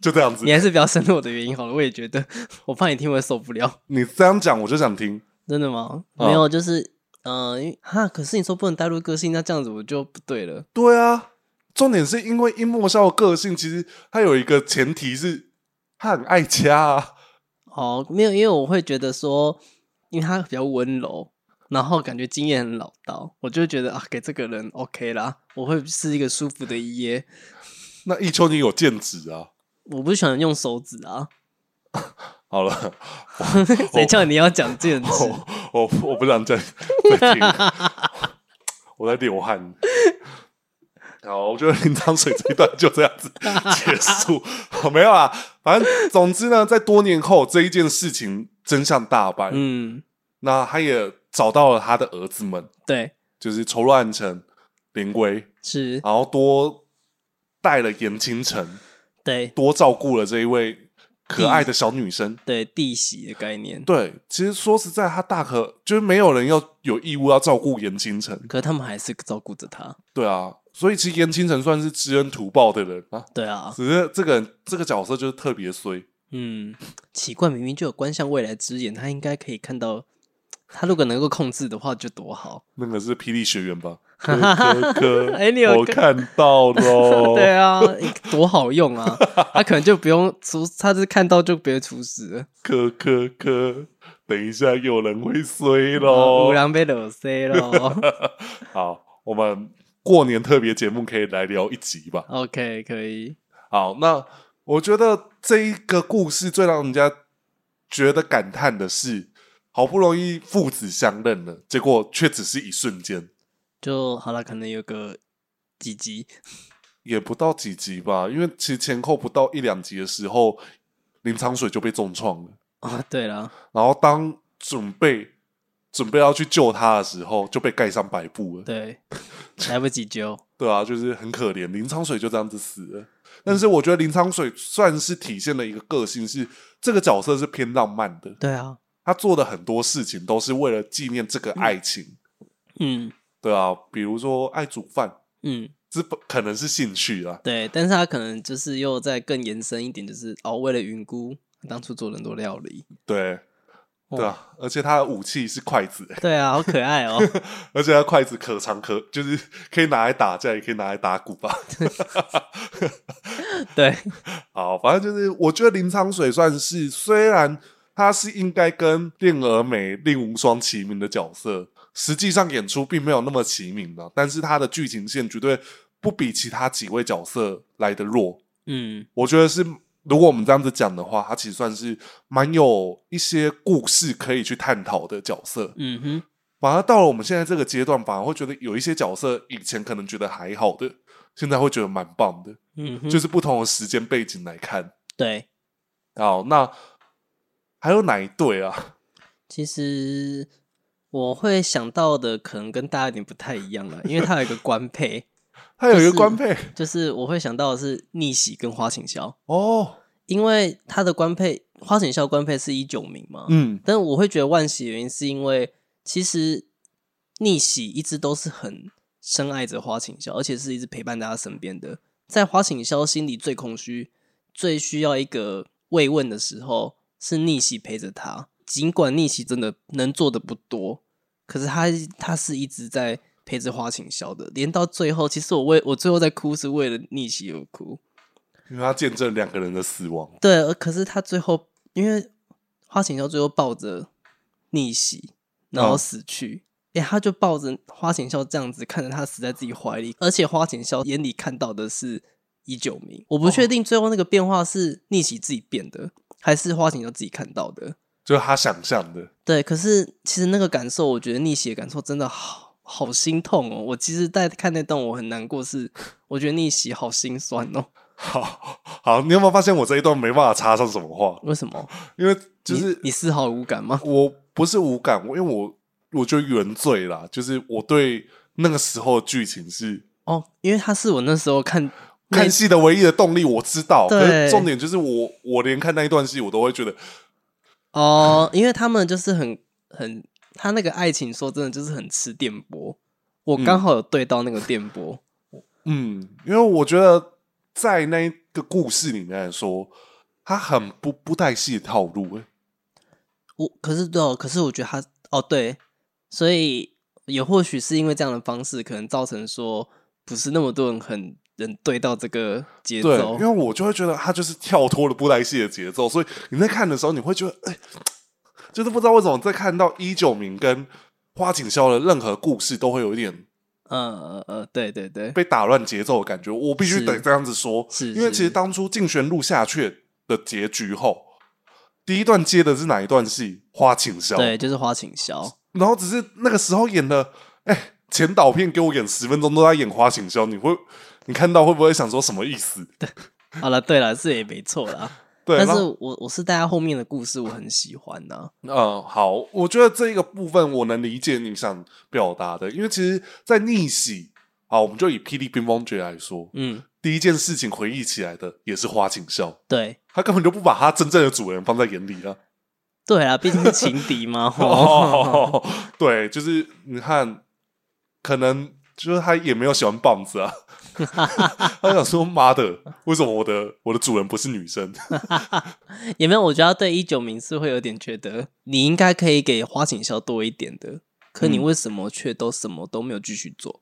Speaker 1: 就这样子
Speaker 2: 你。还是不要深入我的原因好了，我也觉得，我怕你听我受不了。
Speaker 1: 你这样讲，我就想听。
Speaker 2: 真的吗？
Speaker 1: 哦
Speaker 2: 没有，就是，呃，因为哈，可是你说不能带入个性，那这样子我就不对了。
Speaker 1: 对啊，重点是因为樱木萧的个性，其实他有一个前提是，他很爱家啊。
Speaker 2: 哦，没有，因为我会觉得说，因为他比较温柔，然后感觉经验很老道，我就会觉得啊，给这个人 OK 啦，我会是一个舒服的一耶。
Speaker 1: 那一秋你有见指啊？
Speaker 2: 我不喜欢用手指啊， *laughs*
Speaker 1: 好了， *laughs*
Speaker 2: 谁叫你要讲这种事？
Speaker 1: 我我不想再再听了， *laughs* 我在流汗。好，我觉得林章水这一段就这样子 *laughs* 结束。好，没有啊，反正总之呢，在多年后这一件事情真相大白，
Speaker 2: 嗯，
Speaker 1: 那他也找到了他的儿子们，
Speaker 2: 对，
Speaker 1: 就是仇乱城、林威，
Speaker 2: 是，
Speaker 1: 然后多带了严清城，
Speaker 2: 对，
Speaker 1: 多照顾了这一位
Speaker 2: 嗯
Speaker 1: 可爱的小女生。
Speaker 2: 对弟媳的概念。
Speaker 1: 对，其实说实在，他大可就是没有人要有义务要照顾严清城，
Speaker 2: 可是他们还是照顾着他。
Speaker 1: 对啊，所以其实严清城算是知恩图报的人啊，
Speaker 2: 对啊，
Speaker 1: 只是这个人这个角色就是特别衰。
Speaker 2: 嗯，奇怪，明明就有观向未来之眼，他应该可以看到，他如果能够控制的话，就多好。
Speaker 1: 那个是霹雳学员
Speaker 2: *laughs*
Speaker 1: 吧？科科科，
Speaker 2: 哎你有
Speaker 1: 我
Speaker 2: 看
Speaker 1: 看到喽。
Speaker 2: *laughs* 对啊，多好用啊！他可能就不用出，他是看到就不会出事了。
Speaker 1: 科科科，等一下有人会衰
Speaker 2: 哦，
Speaker 1: 喽
Speaker 2: 五。郎被惹塞了。
Speaker 1: 好，我们过年特别节目可以来聊一集吧。
Speaker 2: *laughs* OK，可以。
Speaker 1: 好，那我觉得这一个故事最让人家觉得感叹的是，好不容易父子相认了，结果却只是一瞬间，
Speaker 2: 就好了，可能有个几集，
Speaker 1: 也不到几集吧，因为其实前后不到一两集的时候，林长水就被重创了，
Speaker 2: 哦，对了，
Speaker 1: 然后当准备准备要去救他的时候，就被盖上白布了，
Speaker 2: 对，来不及救，
Speaker 1: 对啊，就是很可怜，林昌水就这样子死了。但是我觉得林昌水算是体现了一个个性是，这个角色是偏浪漫的，
Speaker 2: 对啊，
Speaker 1: 他做的很多事情都是为了纪念这个爱情，
Speaker 2: 嗯
Speaker 1: 对啊，比如说爱煮饭，
Speaker 2: 嗯，
Speaker 1: 这不可能是兴趣啊，
Speaker 2: 对，但是他可能就是又再更延伸一点，就是哦，为了云姑，当初做了很多料理，
Speaker 1: 对，
Speaker 2: 哦
Speaker 1: 对啊，而且他的武器是筷子，
Speaker 2: 对啊，好可爱
Speaker 1: *laughs*
Speaker 2: 哦，
Speaker 1: 而且他筷子可长可，就是可以拿来打架，也可以拿来打鼓吧。
Speaker 2: 对，
Speaker 1: 好，反正就是我觉得林昌水算是，虽然他是应该跟令儿美、令无双齐名的角色，实际上演出并没有那么齐名的，但是他的剧情线绝对不比其他几位角色来的弱。
Speaker 2: 嗯
Speaker 1: 我觉得是，如果我们这样子讲的话，他其实算是蛮有一些故事可以去探讨的角色。
Speaker 2: 嗯哼，
Speaker 1: 反而到了我们现在这个阶段，反而会觉得有一些角色以前可能觉得还好的，现在会觉得蛮棒的，
Speaker 2: 嗯哼，
Speaker 1: 就是不同的时间背景来看。
Speaker 2: 对，
Speaker 1: 好，哦那还有哪一对啊？ *laughs*
Speaker 2: 其实我会想到的可能跟大家有点不太一样了，因为他有一个官配，
Speaker 1: 他有一个
Speaker 2: 就是
Speaker 1: 官配、
Speaker 2: 就是我会想到的是逆袭跟花锦霄，
Speaker 1: *laughs* 哦，
Speaker 2: 因为他的官配花锦霄官配是一九名嘛，
Speaker 1: 嗯，
Speaker 2: 但我会觉得万喜的原因是因为，其实逆喜一直都是很深爱着花锦霄，而且是一直陪伴在他身边的。在花锦霄心里最空虚、最需要一个慰问的时候，是逆喜陪着他。尽管逆喜真的能做的不多，可是他他是一直在陪着花锦霄的。连到最后，其实我为我最后在哭是为了逆喜而哭。
Speaker 1: 因为他见证两个人的死亡，
Speaker 2: 对，呃可是他最后因为花锦孝最后抱着逆袭，然后
Speaker 1: 嗯
Speaker 2: 死去，哎、他就抱着花锦孝这样子看着他死在自己怀里，而且花锦孝眼里看到的是一九名，我不
Speaker 1: 哦
Speaker 2: 确定最后那个变化是逆袭自己变的，还是花锦孝自己看到的。
Speaker 1: 就是他想象的。
Speaker 2: 对，可是其实那个感受，我觉得逆袭的感受真的好。好心痛哦！我其实，在看那段我很难过是，我觉得逆袭好心酸哦。
Speaker 1: *laughs* 好好，你有没有发现我这一段没办法插上什么话？
Speaker 2: 为什么？
Speaker 1: 因为就
Speaker 2: 你
Speaker 1: 是
Speaker 2: 你丝毫无感吗？
Speaker 1: 我不是无感，我因为我我觉得原罪啦，就是我对那个时候的剧情是
Speaker 2: 哦，因为他是我那时候看那
Speaker 1: 看戏的唯一的动力，我知道。
Speaker 2: 对
Speaker 1: 可是重点就是我，我连看那一段戏，我都会觉得，
Speaker 2: 哦，因为他们就是很很，他那个爱情说真的就是很吃电波，我刚好有对到那个电波，
Speaker 1: 嗯，因为我觉得在那一个故事里面来说，他很不不带戏的套路、欸，
Speaker 2: 我可是对哦，可是我觉得他哦对，所以也或许是因为这样的方式，可能造成说不是那么多人很能对到这个节
Speaker 1: 对，
Speaker 2: 奏
Speaker 1: 因为，我就会觉得他就是跳脱了布袋戏的节奏，所以你在看的时候，你会觉得，哎、就是不知道为什么在看到一九明跟花锦霄的任何故事，都会有一点
Speaker 2: 呃呃呃，对对对，
Speaker 1: 被打乱节奏的感觉。我必须
Speaker 2: 是
Speaker 1: 得这样子说，
Speaker 2: 是
Speaker 1: 因为其实
Speaker 2: 是
Speaker 1: 当初竞选录下阙的结局后，第一段接的是哪一段戏？花锦霄，
Speaker 2: 对就是花锦霄，
Speaker 1: 然后只是那个时候演的，哎、前导片给我演十分钟都在演花锦霄，你会你看到会不会想说什么意思？
Speaker 2: 好了，对了，是也没错啦。
Speaker 1: *laughs* 对，
Speaker 2: 但
Speaker 1: 然
Speaker 2: 是
Speaker 1: 后
Speaker 2: 我我是大家后面的故事，我很喜欢呐、
Speaker 1: 嗯，好，我觉得这一个部分我能理解你想表达的，因为其实，在逆袭啊，我们就以《霹雳冰风诀》来说，
Speaker 2: 嗯，
Speaker 1: 第一件事情回忆起来的也是花锦霄，
Speaker 2: 对，
Speaker 1: 他根本就不把他真正的主人放在眼里啊。
Speaker 2: 对啊，毕竟是情
Speaker 1: *laughs*
Speaker 2: 敌嘛，吼。
Speaker 1: 哦，对，就是你看，可能就是他也没有喜欢棒子 *laughs* 啊，他想说妈的，为什么我的我的主人不是女生？
Speaker 2: 也没有，我觉得对一九名是会有点觉得你应该可以给花锦孝多一点的，可你
Speaker 1: 嗯
Speaker 2: 为什么却都什么都没有继续做？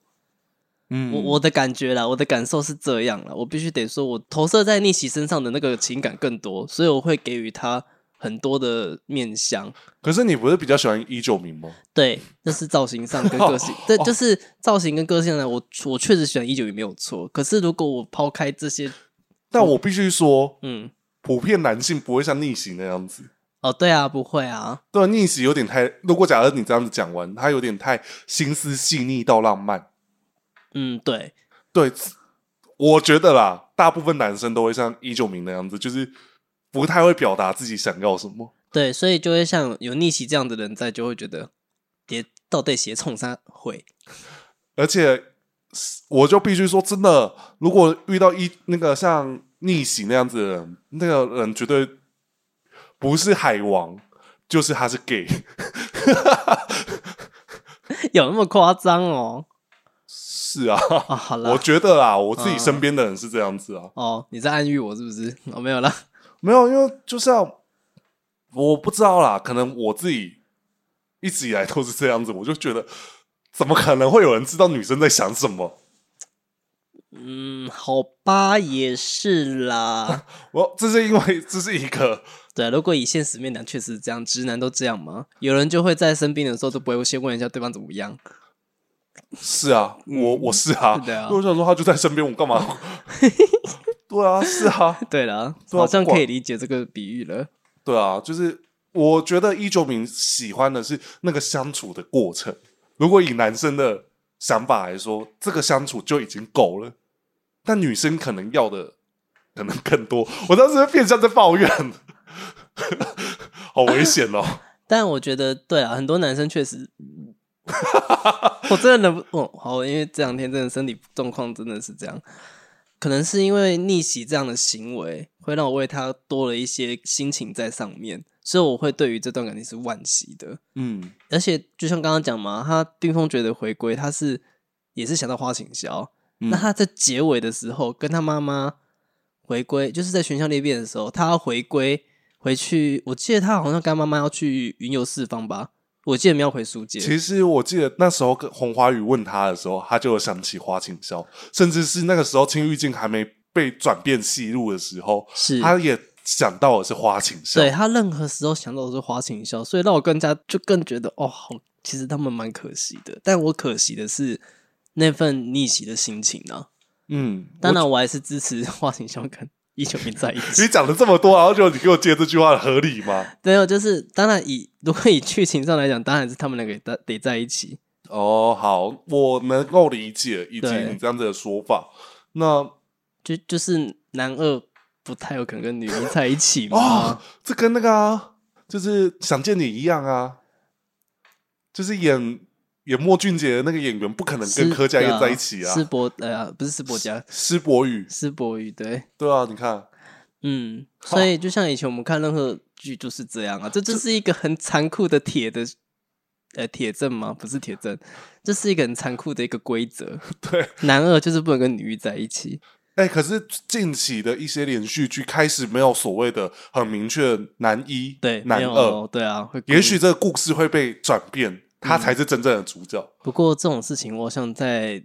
Speaker 1: 嗯
Speaker 2: 我我的感觉啦，我的感受是这样啦，我必须得说，我投射在逆袭身上的那个情感更多，所以我会给予他很多的面向。
Speaker 1: 可是你不是比较喜欢一九名吗？，
Speaker 2: 对，这是造型上跟个性
Speaker 1: *laughs*
Speaker 2: 这就是造型跟个性上呢。我我确实喜欢一九也没有错，可是如果我抛开这些，
Speaker 1: 但我必须说，
Speaker 2: 嗯，
Speaker 1: 普遍男性不会像逆袭那样子。
Speaker 2: 哦，对啊，不会啊，
Speaker 1: 对，逆袭有点太。如果假设你这样子讲完，他有点太心思细腻到浪漫。
Speaker 2: 嗯，对，
Speaker 1: 对，我觉得啦，大部分男生都会像一九名那样子，就是不太会表达自己想要什么。
Speaker 2: 对，所以就会像有逆袭这样的人在，就会觉得别到底鞋冲啥会， *laughs*
Speaker 1: 而且我就必须说，真的，如果遇到一那个像逆袭那样子的人，那个人绝对不是海王，就是他是 gay。
Speaker 2: 有那么夸张哦？
Speaker 1: 是啊，
Speaker 2: 啊，
Speaker 1: *laughs*
Speaker 2: 好
Speaker 1: 我
Speaker 2: 啦，
Speaker 1: 觉得啦，我自己
Speaker 2: 嗯
Speaker 1: 身边的人是这样子啊，
Speaker 2: 哦，你在暗喻我是不是？哦，没有啦，
Speaker 1: 没有，因为就是要我不知道啦，可能我自己一直以来都是这样子，我就觉得怎么可能会有人知道女生在想什么？
Speaker 2: 嗯，好吧，也是啦。
Speaker 1: 我这是因为这是一个
Speaker 2: 对，啊如果以现实面讲，确实是这样，直男都这样吗？有人就会在生病的时候都不会先问一下对方怎么样。
Speaker 1: 是啊，我我是啊，
Speaker 2: 对啊
Speaker 1: 因为我想说他就在身边，我干嘛？ *laughs* 对啊，是啊，
Speaker 2: 对了，
Speaker 1: 对啊
Speaker 2: 好像
Speaker 1: 不管
Speaker 2: 可以理解这个比喻了。
Speaker 1: 对啊，就是我觉得一九明喜欢的是那个相处的过程。如果以男生的想法来说，这个相处就已经够了，但女生可能要的可能更多。我当时变相在抱怨， *laughs* 好危险哦！
Speaker 2: 但我觉得，对啊，很多男生确实，我真的忍不，哦，好，因为这两天真的身体状况真的是这样，可能是因为逆袭这样的行为，会让我为他多了一些心情在上面，所以我会对于这段感情是惋惜的。
Speaker 1: 嗯，
Speaker 2: 而且就像刚刚讲嘛，他冰封觉的回归，他是也是想到花锦霄。
Speaker 1: 嗯
Speaker 2: 那他在结尾的时候跟他妈妈回归，就是在学校裂变的时候，他要回归回去，我记得他好像跟他妈妈要去云游四方吧，我记得没有回书
Speaker 1: 其
Speaker 2: 街。
Speaker 1: 实我记得那时候跟红花雨问他的时候，他就有想起花锦霄，甚至是那个时候青玉镜还没被转变戏路的时候，
Speaker 2: 是，
Speaker 1: 他也想到的是花锦霄。
Speaker 2: 对他任何时候想到的是花锦霄，所以让我更加就更觉得哦，好，其实他们蛮可惜的，但我可惜的是那份逆袭的心情啊。
Speaker 1: 嗯，
Speaker 2: 当然，我还是支持花锦霄跟一九零在一起
Speaker 1: 你。讲了这么多，然后就你给我接这句话合理
Speaker 2: *laughs*
Speaker 1: 吗？
Speaker 2: 没有，就是当然以 *laughs* 如果以剧情上来讲，当然是他们两个得得在一起。
Speaker 1: 哦，好，我能够理解，以及
Speaker 2: 对
Speaker 1: 你这样子的说法。那
Speaker 2: 就就是男二不太有可能跟女一在一起嘛。
Speaker 1: 哦，这跟那个、啊、就是想见你一样啊，就是演演莫俊杰的那个演员，不可能跟
Speaker 2: 是
Speaker 1: 柯佳
Speaker 2: 对
Speaker 1: 嬿在一起啊
Speaker 2: 施。博呃、不是施博家，
Speaker 1: 施柏宇，
Speaker 2: 施博宇对，
Speaker 1: 对啊，你看，
Speaker 2: 嗯，所以就像以前我们看任何剧就是这样啊，这就是一个很残酷的铁的。呃，铁证吗？不是铁证，这是一个很残酷的一个规则。
Speaker 1: *laughs* 对，
Speaker 2: 男二就是不能跟女一在一起。
Speaker 1: 哎、可是近期的一些连续剧开始没有所谓的很明确的男一、
Speaker 2: 对，没
Speaker 1: 男
Speaker 2: 有嗯
Speaker 1: 二，
Speaker 2: 对啊，会
Speaker 1: 也许这个故事会被转变，他才是真正的主角。
Speaker 2: 不过这种事情，我好像在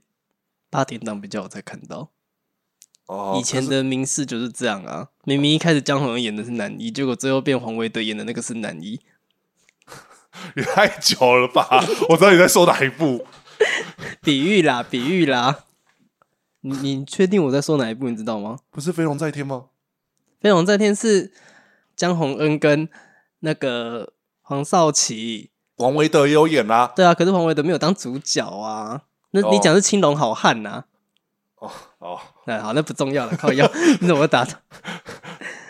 Speaker 2: 八点档比较有在看到。
Speaker 1: 哦，
Speaker 2: 以前
Speaker 1: 可是
Speaker 2: 的明示就是这样啊，明明一开始姜宏恩演的是男一，结果最后变黄维德演的那个是男一。
Speaker 1: *laughs* 也太久了吧？ *laughs* 我知道你在说哪一部。
Speaker 2: 比喻啦，比喻啦。你你确定我在说哪一部？你知道吗？
Speaker 1: 不是飞龙在天吗？
Speaker 2: 《飞龙在天》是姜宏恩跟那个黄少祺。
Speaker 1: 王维德也有演啦、
Speaker 2: 对啊，可是黄维德没有当主角啊。那
Speaker 1: 哦
Speaker 2: 你讲是青龙好汉呐、
Speaker 1: 哦哦
Speaker 2: 哎，好，那不重要了，靠腰， *laughs* 你怎么打的？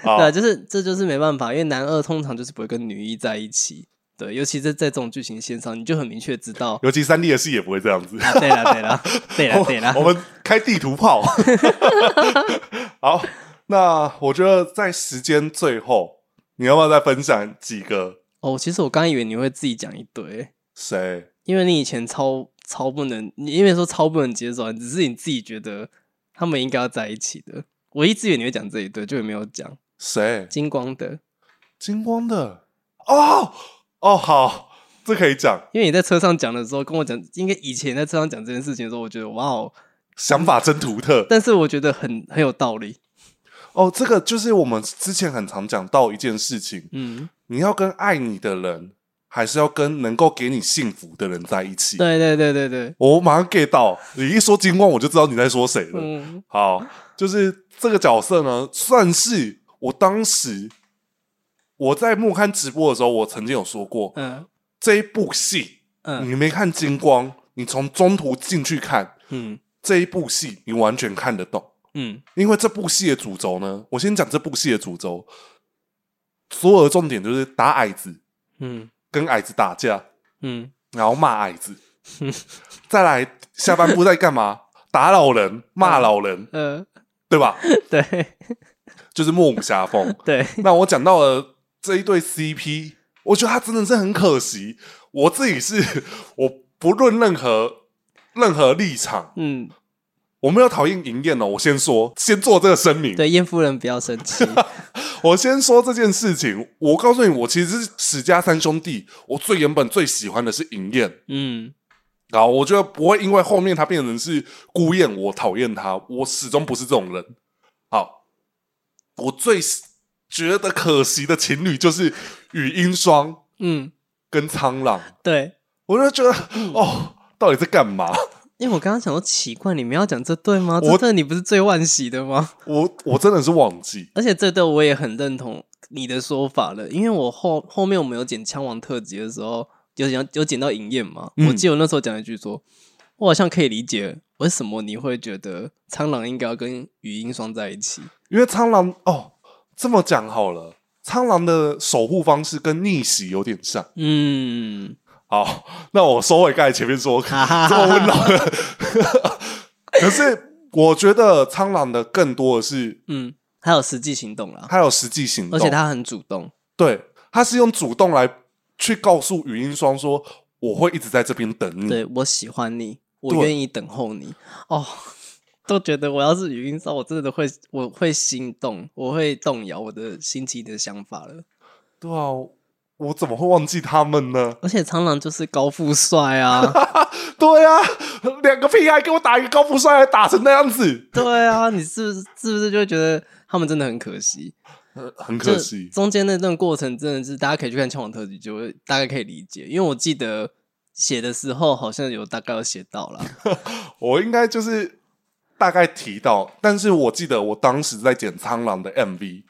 Speaker 2: 对啊，
Speaker 1: 哦，。
Speaker 2: 就是这就是没办法，因为男二通常就是不会跟女一在一起，对，尤其是在这种剧情线上，你就很明确知道
Speaker 1: *laughs* 尤其三 D 的戏也不会这样
Speaker 2: *laughs*
Speaker 1: 子。
Speaker 2: 啊，对
Speaker 1: 哦
Speaker 2: 啦，对啦，对啦，对
Speaker 1: 我
Speaker 2: *laughs* 啦，
Speaker 1: 们开地图炮。好，那我觉得在时间最后，你要不要再分享几个
Speaker 2: 哦，其实我刚以为你会自己讲一堆，
Speaker 1: 谁？
Speaker 2: 因为你以前超超不能，你因为说超不能接受啊，只是你自己觉得他们应该要在一起的。我一直以为你会讲这一堆，就也没有讲。
Speaker 1: 谁？
Speaker 2: 金光的，
Speaker 1: 金光的哦哦，好，这可以讲，
Speaker 2: 因为你在车上讲的时候跟我讲，应该以前在车上讲这件事情的时候，我觉得哇哦，
Speaker 1: 想法真独特。
Speaker 2: 但是我觉得很很有道理。
Speaker 1: 哦，这个就是我们之前很常讲到一件事情，
Speaker 2: 嗯，
Speaker 1: 你要跟爱你的人，还是要跟能够给你幸福的人在一起。
Speaker 2: 对对对对对，
Speaker 1: 我马上 get 到，你一说金光，我就知道你在说谁了。
Speaker 2: 嗯
Speaker 1: 好，就是这个角色呢，算是我当时我在木刊直播的时候，我曾经有说过，
Speaker 2: 嗯
Speaker 1: 这一部戏
Speaker 2: 嗯
Speaker 1: 你没看金光，你从中途进去看
Speaker 2: 嗯
Speaker 1: 这一部戏，你完全看得懂。
Speaker 2: 嗯
Speaker 1: 因为这部戏的主轴呢，我先讲这部戏的主轴，所有的重点就是打矮子，
Speaker 2: 嗯
Speaker 1: 跟矮子打架，
Speaker 2: 嗯
Speaker 1: 然后骂矮子，再来下半部在干嘛？打老人、骂老人，
Speaker 2: 呃，
Speaker 1: 对吧？
Speaker 2: 对
Speaker 1: 就是莫武侠风。
Speaker 2: 对，
Speaker 1: 那我讲到了这一对 CP，我觉得他真的是很可惜。我自己是我不论任何任何立场，
Speaker 2: 嗯，
Speaker 1: 我没有讨厌银燕哦。我先说，先做这个声明，
Speaker 2: 对，燕夫人不要生 *laughs* 气，
Speaker 1: 我先说这件事情。我告诉你，我其实是史家三兄弟，我最原本最喜欢的是银燕。
Speaker 2: 嗯
Speaker 1: 然后我觉得不会因为后面他变成是孤雁，我讨厌他，我始终不是这种人。好，我最觉得可惜的情侣就是雨音霜
Speaker 2: 嗯，
Speaker 1: 跟苍狼，
Speaker 2: 对。
Speaker 1: 我就觉得哦，到底在干嘛？
Speaker 2: 因为我刚刚想说，奇怪，你们要讲这对吗？
Speaker 1: 我
Speaker 2: 这对你不是最惋惜的吗？ *laughs*
Speaker 1: 我我真的是忘记
Speaker 2: 而且这对我也很认同你的说法了，因为我后后面我们有剪枪王特辑的时候，有讲有剪到影燕嘛，
Speaker 1: 嗯
Speaker 2: 我记得我那时候讲了一句说，我好像可以理解为什么你会觉得苍狼应该要跟语音双在一起。
Speaker 1: 因为苍狼哦，这么讲好了，苍狼的守护方式跟逆袭有点像。
Speaker 2: 嗯，
Speaker 1: 好，那我收回刚才前面
Speaker 2: *laughs*
Speaker 1: 说这
Speaker 2: 哈哈
Speaker 1: 么温
Speaker 2: 哈，
Speaker 1: 柔的， *laughs* 可是我觉得苍狼的更多的是
Speaker 2: 嗯，还有实际行动啦，
Speaker 1: 他有实际行动，
Speaker 2: 而且他很主动，
Speaker 1: 对他是用主动来去告诉语音双说我会一直在这边等你。
Speaker 2: 对我喜欢你，我
Speaker 1: 对
Speaker 2: 愿意等候你。哦， *laughs* 都觉得我要是语音骚，我真的会，我会心动，我会动摇我的心情的想法了。
Speaker 1: 对啊，我怎么会忘记他们呢？
Speaker 2: 而且苍狼就是高富帅 *laughs* 啊，
Speaker 1: 对啊，两个屁孩给我打一个高富帅，还打成那样子，
Speaker 2: 对啊，你是不是是不是就会觉得他们真的很可惜？
Speaker 1: 呃很
Speaker 2: 就
Speaker 1: 可惜。
Speaker 2: 中间那段过程真的是大家可以去看《枪王特辑》，就会大概可以理解，因为我记得写的时候好像有大概有写到啦。
Speaker 1: 我应该就是大概提到，但是我记得我当时在剪《苍狼》的 MV，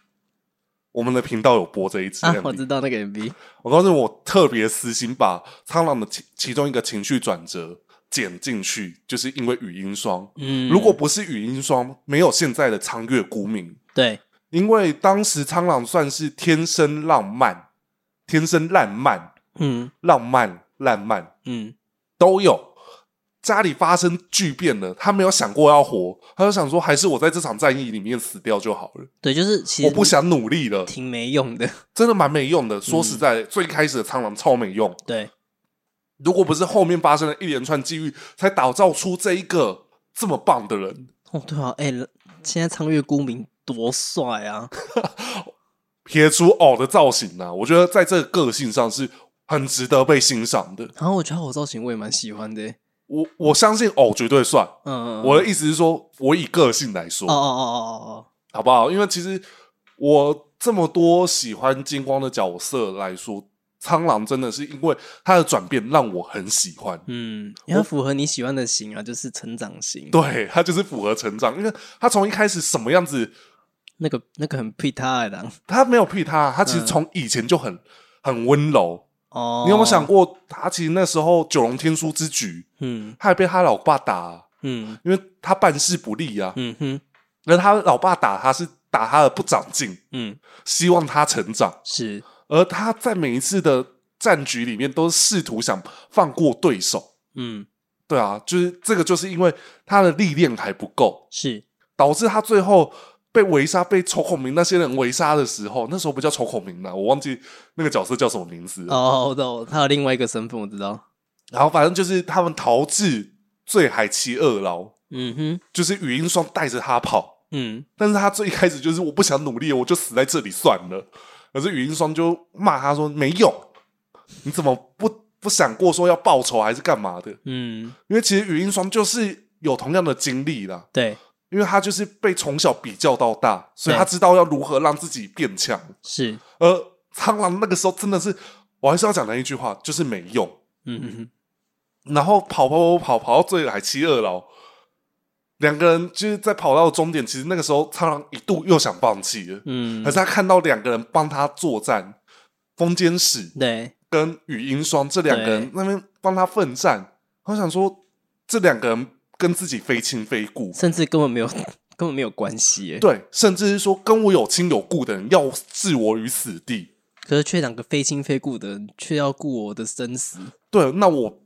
Speaker 1: 我们的频道有播这一支
Speaker 2: 啊
Speaker 1: MV，、，
Speaker 2: 我知道那个 MV，
Speaker 1: 我告诉你，我特别私心把苍狼的其其中一个情绪转折剪进去，就是因为语音霜。
Speaker 2: 嗯，
Speaker 1: 如果不是语音霜，没有现在的苍月孤明。
Speaker 2: 对，
Speaker 1: 因为当时苍狼算是天生浪漫，天生烂漫，
Speaker 2: 嗯
Speaker 1: 浪漫烂漫
Speaker 2: 嗯
Speaker 1: 都有。家里发生巨变了，他没有想过要活，他就想说，还是我在这场战役里面死掉就好了，
Speaker 2: 对，就是其实
Speaker 1: 我不想努力了，
Speaker 2: 挺没用的，
Speaker 1: 真的蛮没用的。说实在的，最开始的苍狼超没用，
Speaker 2: 对。
Speaker 1: 如果不是后面发生了一连串际遇，才打造出这一个这么棒的人。
Speaker 2: 哦，对啊，哎、现在苍月孤明多帅啊！
Speaker 1: 撇除偶的造型呢、啊，我觉得在这个个性上是很值得被欣赏的。
Speaker 2: 然后我觉得我造型我也蛮喜欢的、欸，
Speaker 1: 我我相信偶绝对帅。
Speaker 2: 嗯，
Speaker 1: 我
Speaker 2: 哦
Speaker 1: 的意思是说，我以个性来说，
Speaker 2: 哦哦
Speaker 1: 好不好？因为其实我这么多喜欢金光的角色来说，苍狼真的是因为他的转变让我很喜欢
Speaker 2: 哦，。嗯，也很符合你喜欢的型啊，就是成长型，
Speaker 1: 对他就是符合成长，因为他从一开始什么样子
Speaker 2: 那个那个很配他的人
Speaker 1: 他没有屁他，他其实
Speaker 2: 嗯
Speaker 1: 从以前就很、很温柔。
Speaker 2: 哦，
Speaker 1: 你有没有想？过，他其实那时候九龙天书之举，
Speaker 2: 嗯
Speaker 1: 他还被他老爸打、
Speaker 2: 嗯
Speaker 1: 因为他办事不力啊。
Speaker 2: 嗯哼
Speaker 1: 那、他老爸打他是打他的不长进，
Speaker 2: 嗯，
Speaker 1: 希望他成长，
Speaker 2: 是
Speaker 1: 而他在每一次的战局里面都试图想放过对手。
Speaker 2: 嗯
Speaker 1: 对啊，就是这个，就是因为他的历练还不够，
Speaker 2: 是
Speaker 1: 导致他最后被围杀、被仇孔明那些人围杀的时候，那时候不叫仇孔明了，我忘记那个角色叫什么名字了。
Speaker 2: 哦，我懂，他有另外一个身份，我知道。
Speaker 1: 然后反正就是他们逃至醉海七二牢，
Speaker 2: 嗯哼，
Speaker 1: 就是语音双带着他跑，
Speaker 2: 嗯，
Speaker 1: 但是他最一开始就是我不想努力，我就死在这里算了。可是语音双就骂他说没用，你怎么不不想过说要报仇还是干嘛的？
Speaker 2: 嗯，
Speaker 1: 因为其实语音双就是有同样的经历啦，
Speaker 2: 对，
Speaker 1: 因为他就是被从小比较到大，所以
Speaker 2: 对
Speaker 1: 他知道要如何让自己变强。
Speaker 2: 是，
Speaker 1: 而苍狼那个时候真的是，我还是要讲那一句话，就是没用。
Speaker 2: 嗯哼哼，
Speaker 1: 然后跑跑跑跑跑到最海七二牢，两个人就是在跑到终点。其实那个时候，苍狼一度又想放弃了，
Speaker 2: 嗯
Speaker 1: 可是，他看到两个人帮他作战，风间史
Speaker 2: 对，
Speaker 1: 跟语音双这两个人
Speaker 2: 对
Speaker 1: 那边帮他奋战，他想说这两个人跟自己非亲非故，
Speaker 2: 甚至根本没有， *laughs* 根本没有关系耶。
Speaker 1: 对，甚至是说跟我有亲有故的人要置我于死地。
Speaker 2: 可是却两个非亲非故的人，却要顾我的生死。
Speaker 1: 对，那我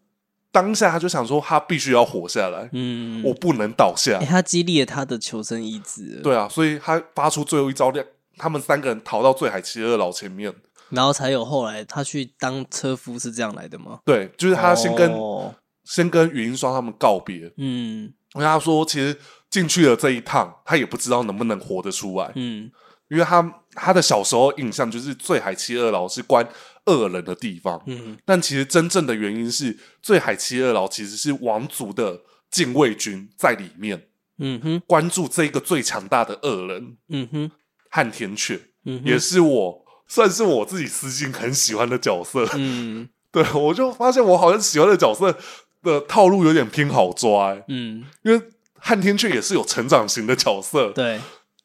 Speaker 1: 当下他就想说，他必须要活下来，
Speaker 2: 嗯，
Speaker 1: 我不能倒下
Speaker 2: 欸、。他激励了他的求生意志，，
Speaker 1: 对啊，所以他发出最后一招，两他们三个人逃到醉海七二老前面。
Speaker 2: 然后才有后来他去当车夫是这样来的吗？
Speaker 1: 对，就是他先跟、
Speaker 2: 哦、
Speaker 1: 先跟云音双他们告别，
Speaker 2: 嗯
Speaker 1: 因为他说其实进去了这一趟，他也不知道能不能活得出来，
Speaker 2: 嗯，
Speaker 1: 因为他他的小时候印象就是醉海七二牢是关恶人的地方，
Speaker 2: 嗯，
Speaker 1: 但其实真正的原因是醉海七二牢其实是王族的禁卫军在里面
Speaker 2: 嗯哼，
Speaker 1: 关注这一个最强大的恶人
Speaker 2: 嗯哼，
Speaker 1: 汉天阙，
Speaker 2: 嗯哼，
Speaker 1: 也是我算是我自己私心很喜欢的角色。 *laughs*
Speaker 2: 嗯
Speaker 1: 对我就发现我好像喜欢的角色的套路有点偏好抓、欸，
Speaker 2: 嗯，
Speaker 1: 因为汉天阙也是有成长型的角色。
Speaker 2: 对，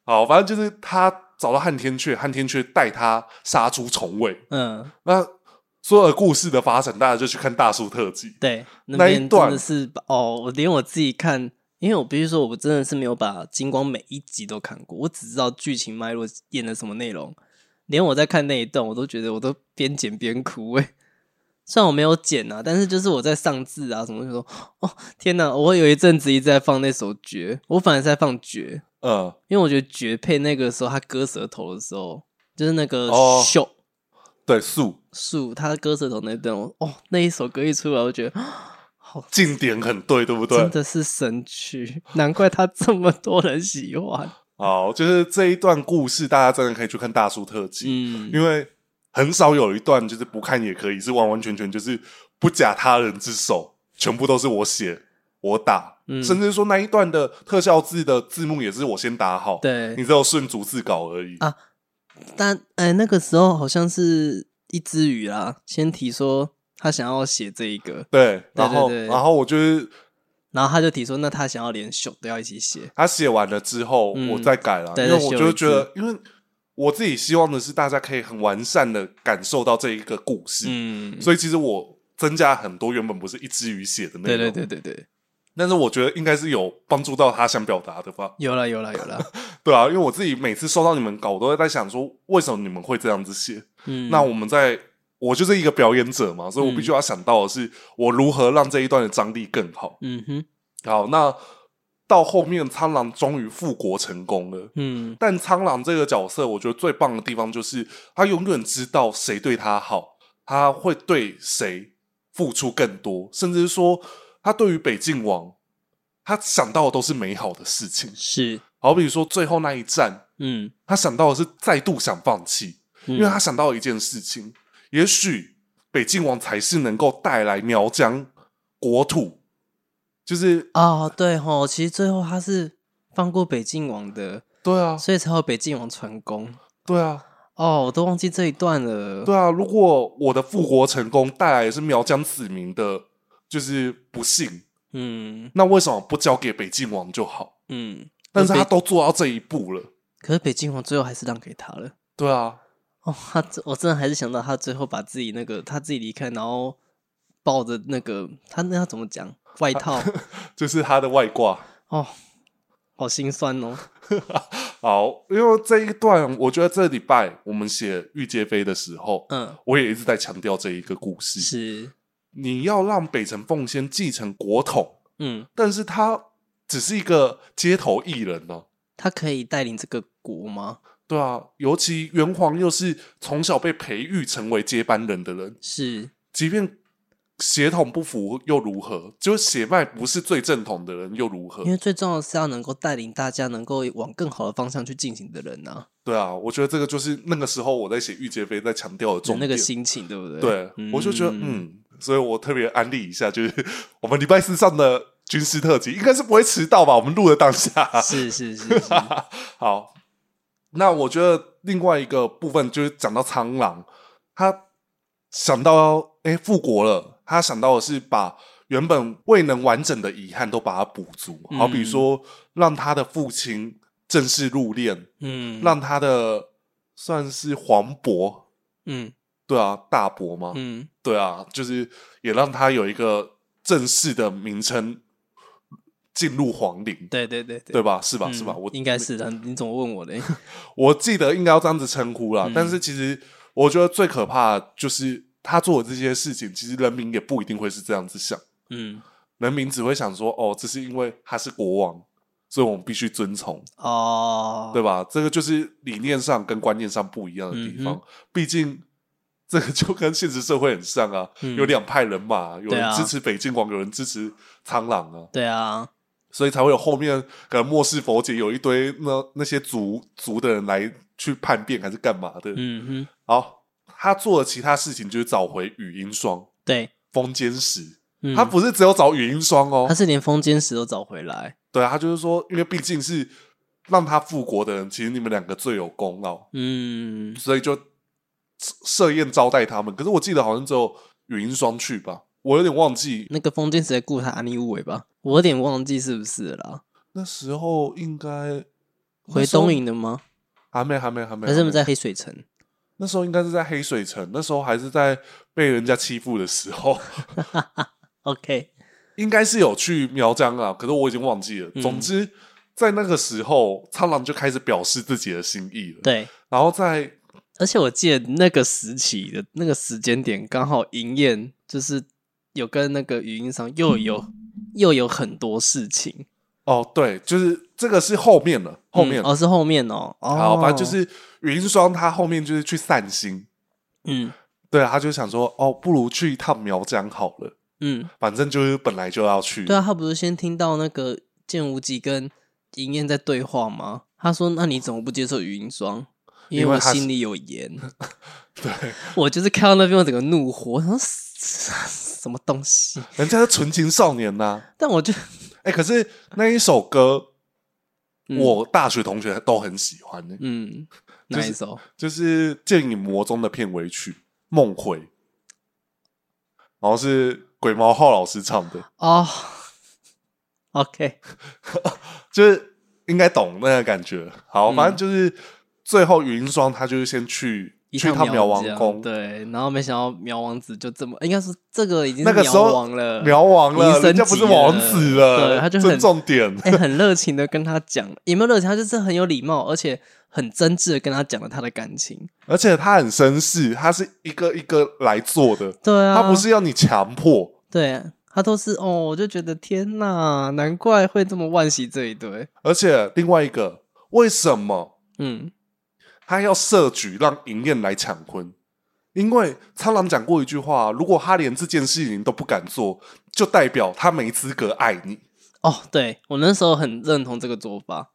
Speaker 1: 好，反正就是他找到汉天阙，汉天阙带他杀出重围。
Speaker 2: 嗯
Speaker 1: 那所有的故事的发展，大家就去看大叔特辑。
Speaker 2: 对，那
Speaker 1: 那一
Speaker 2: 边真
Speaker 1: 段
Speaker 2: 的是把哦，我连我自己看，因为我必须说，我真的是没有把《金光》每一集都看过，我只知道剧情脉络演了什么内容，连我在看那一段，我都觉得我都边剪边哭 *laughs* 哎、欸虽然我没有剪啊，但是就是我在上字啊什么，就说哦天哪！我有一阵子一直在放那首《绝》，我反而是在放《绝》，
Speaker 1: 嗯，
Speaker 2: 因为我觉得绝配那个时候他割舌头的时候，就是那个
Speaker 1: 哦
Speaker 2: 秀
Speaker 1: 对，素
Speaker 2: 树、他割舌头那段，我哦那一首歌一出来，我觉得啊好
Speaker 1: 近点很对，对不对
Speaker 2: 真？的是神曲，难怪他这么多人喜欢。
Speaker 1: 好，就是这一段故事，大家真的可以去看大叔特辑，
Speaker 2: 嗯，
Speaker 1: 因为很少有一段就是不看也可以，是完完全全就是不假他人之手，全部都是我写我打，
Speaker 2: 嗯
Speaker 1: 甚至说那一段的特效字的字幕也是我先打好，你
Speaker 2: 对，
Speaker 1: 只有顺逐字稿而已。
Speaker 2: 啊但哎、那个时候好像是一只鱼啦，先提说他想要写这一个，
Speaker 1: 对，然后
Speaker 2: 对对
Speaker 1: 然后我就是
Speaker 2: 然后他就提说，那他想要连秀都要一起写。
Speaker 1: 他写完了之后，
Speaker 2: 嗯
Speaker 1: 我再改了，
Speaker 2: 对
Speaker 1: 因为
Speaker 2: 再
Speaker 1: 我
Speaker 2: 修
Speaker 1: 就
Speaker 2: 一
Speaker 1: 觉得，因为我自己希望的是大家可以很完善的感受到这一个故事，
Speaker 2: 嗯，
Speaker 1: 所以其实我增加很多原本不是一只鱼写的内
Speaker 2: 对
Speaker 1: 容，
Speaker 2: 对对对对，
Speaker 1: 但是我觉得应该是有帮助到他想表达的吧，
Speaker 2: 有了有了有
Speaker 1: *laughs*
Speaker 2: 了。
Speaker 1: 对啊，因为我自己每次收到你们稿，我都会在想说，为什么你们会这样子写？
Speaker 2: 嗯，
Speaker 1: 那我们在。我就是一个表演者嘛，所以我
Speaker 2: 嗯
Speaker 1: 必须要想到的是，我如何让这一段的张力更好。
Speaker 2: 嗯哼
Speaker 1: 好，那到后面苍狼终于复国成功了，
Speaker 2: 嗯
Speaker 1: 但苍狼这个角色，我觉得最棒的地方就是他永远知道谁对他好，他会对谁付出更多，甚至是说他对于北境王，他想到的都是美好的事情。
Speaker 2: 是
Speaker 1: 好比说最后那一战，
Speaker 2: 嗯，
Speaker 1: 他想到的是再度想放弃，
Speaker 2: 因
Speaker 1: 因为他想到一件事情，也许北境王才是能够带来苗疆国土，就是
Speaker 2: 哦，对吼，其实最后他是放过北境王的，
Speaker 1: 对啊，
Speaker 2: 所以才有北境王传功。
Speaker 1: 对啊，
Speaker 2: 哦，我都忘记这一段了。
Speaker 1: 对啊，如果我的复国成功带来的是苗疆子民的，就是不幸，
Speaker 2: 嗯
Speaker 1: 那为什么不交给北境王就好？
Speaker 2: 嗯，
Speaker 1: 但是他
Speaker 2: 北
Speaker 1: 都做到这一步了，
Speaker 2: 可是北境王最后还是让给他了。
Speaker 1: 对啊，
Speaker 2: 哦，他这我真的还是想到他最后把自己那个他自己离开，然后抱着那个他那要怎么讲外 *laughs* 套
Speaker 1: 就是他的外挂。
Speaker 2: 哦，好心酸哦。
Speaker 1: 好，因为这一段，我觉得这礼拜我们写御街飞的时候，
Speaker 2: 嗯，
Speaker 1: 我也一直在强调这一个故事：
Speaker 2: *laughs* 是
Speaker 1: 你要让北城奉先继承国统，
Speaker 2: 嗯
Speaker 1: 但是他只是一个街头艺人呢、哦
Speaker 2: 他可以带领这个国吗？
Speaker 1: 对啊，尤其元皇又是从小被培育成为接班人的人，
Speaker 2: 是
Speaker 1: 即便血统不符又如何？就是血脉不是最正统的人又如何
Speaker 2: 因？为最重要的是要能够带领大家能够往更好的方向去进行的人呐、
Speaker 1: 对啊，我觉得这个就是那个时候我在写《御姐妃》在强调的
Speaker 2: 就
Speaker 1: 重
Speaker 2: 那
Speaker 1: 点。
Speaker 2: 个心情，对不对？
Speaker 1: 对，我就觉得，嗯，所以我特别安利一下，就是我们礼拜四上的军事特辑，应该是不会迟到吧？我们录的当下，
Speaker 2: 是是是 *laughs* 是，
Speaker 1: *laughs* 好，那我觉得另外一个部分就是讲到苍狼，他想到哎复国了，他想到的是把原本未能完整的遗憾都把它补足，
Speaker 2: 嗯
Speaker 1: 好比说让他的父亲正式入殓，
Speaker 2: 嗯，
Speaker 1: 让他的算是黄伯，
Speaker 2: 嗯
Speaker 1: 对啊，大伯吗？
Speaker 2: 嗯
Speaker 1: 对啊，就是也让他有一个正式的名称进入皇陵，
Speaker 2: 对对对对，
Speaker 1: 对吧？是吧？
Speaker 2: 嗯
Speaker 1: 是吧？我
Speaker 2: 应该是的， *laughs* 你怎么问我嘞？
Speaker 1: 我记得应该要这样子称呼啦，
Speaker 2: 嗯
Speaker 1: 但是其实我觉得最可怕的就是他做的这些事情，其实人民也不一定会是这样子想，
Speaker 2: 嗯，
Speaker 1: 人民只会想说，哦，这是因为他是国王，所以我们必须遵从，
Speaker 2: 哦，
Speaker 1: 对吧？这个就是理念上跟观念上不一样的地方，
Speaker 2: 嗯
Speaker 1: 毕竟。这个就跟现实社会很像啊，
Speaker 2: 嗯
Speaker 1: 有两派人马，有
Speaker 2: 对
Speaker 1: 人
Speaker 2: 啊
Speaker 1: 支持北京王，有人支持苍狼啊，
Speaker 2: 对啊，
Speaker 1: 所以才会有后面可能末世佛节有一堆那那些族族的人来去叛变还是干嘛的，
Speaker 2: 嗯哼，
Speaker 1: 好，他做的其他事情就是找回语音霜、
Speaker 2: 对，
Speaker 1: 风间石。
Speaker 2: 嗯、
Speaker 1: 他不是只有找语音霜哦
Speaker 2: 他，是连风间石都找回来，
Speaker 1: 对啊，他就是说，因为毕竟是让他复国的人，其实你们两个最有功劳，
Speaker 2: 嗯，
Speaker 1: 所以就设宴招待他们。可是我记得好像只有语音霜去吧，我有点忘记
Speaker 2: 那个风间石在顾他安妮乌尾吧，我有点忘记是不是了啦。
Speaker 1: 那时候应该
Speaker 2: 回东营的吗？
Speaker 1: 还没还没还没，
Speaker 2: 还是我
Speaker 1: 还
Speaker 2: 们
Speaker 1: 没
Speaker 2: 在黑水城？
Speaker 1: 那时候应该是在黑水城，那时候还是在被人家欺负的时候。
Speaker 2: OK，
Speaker 1: 应该是有去苗疆啊，可是我已经忘记了。
Speaker 2: 嗯
Speaker 1: 总之，在那个时候，苍狼就开始表示自己的心意了。
Speaker 2: 对，
Speaker 1: 然后在
Speaker 2: 而且我记得那个时期的那个时间点，刚好银燕就是有跟那个语音上又有
Speaker 1: 嗯
Speaker 2: 又有很多事情，
Speaker 1: 哦，对，就是这个是后面了，后面
Speaker 2: 嗯、哦是后面哦，哦
Speaker 1: 好，反正就是云霜他后面就是去散心，
Speaker 2: 嗯
Speaker 1: 对，他就想说，哦，不如去一趟苗疆好了，
Speaker 2: 嗯，
Speaker 1: 反正就是本来就要去。
Speaker 2: 对啊，他不是先听到那个剑无极跟银燕在对话吗？他说：“那你怎么不接受语音霜？”
Speaker 1: 因
Speaker 2: 因为
Speaker 1: 为
Speaker 2: 我
Speaker 1: 他是
Speaker 2: 心里有盐，
Speaker 1: *laughs* 对，
Speaker 2: *laughs* 我就是看到那边我整个怒火，我想说 *laughs* 什么东西？
Speaker 1: 人家是纯情少年呐、
Speaker 2: 但我就
Speaker 1: 哎、可是那一首歌，
Speaker 2: 嗯
Speaker 1: 我大学同学都很喜欢、欸，
Speaker 2: 嗯，
Speaker 1: 就
Speaker 2: 哪一
Speaker 1: 是
Speaker 2: 首？
Speaker 1: 就是《剑影魔中的片尾曲《梦回》，然后是鬼毛浩老师唱的，
Speaker 2: 哦、o k
Speaker 1: 就是应该懂那个感觉。好，
Speaker 2: 嗯
Speaker 1: 反正就是最后云霜他就是先去
Speaker 2: 一
Speaker 1: 去趟
Speaker 2: 苗
Speaker 1: 苗王
Speaker 2: 这样
Speaker 1: 宫，
Speaker 2: 嗯对，然后没想到苗王子就这么，应该是这个已经
Speaker 1: 那
Speaker 2: 是
Speaker 1: 个时
Speaker 2: 苗
Speaker 1: 候
Speaker 2: 王了，
Speaker 1: 苗王
Speaker 2: 已
Speaker 1: 了，
Speaker 2: 经升
Speaker 1: 人家不是
Speaker 2: 级了
Speaker 1: 王子了，
Speaker 2: 对他就
Speaker 1: 这
Speaker 2: 很
Speaker 1: 重点。
Speaker 2: 哎、很热情的跟他讲，有没有热情？他就是很有礼貌，而且很真挚的跟他讲了他的感情。
Speaker 1: 而且他很绅士，他是一个一个来做的，
Speaker 2: 对啊，
Speaker 1: 他不是要你强迫，
Speaker 2: 对他都是哦，我就觉得天哪，难怪会这么惋惜这一对。
Speaker 1: 而且另外一个为什么？
Speaker 2: 嗯，
Speaker 1: 他要设局让银燕来抢婚，因为苍狼讲过一句话：如果他连这件事情都不敢做，就代表他没资格爱你。
Speaker 2: 哦，对我那时候很认同这个做法，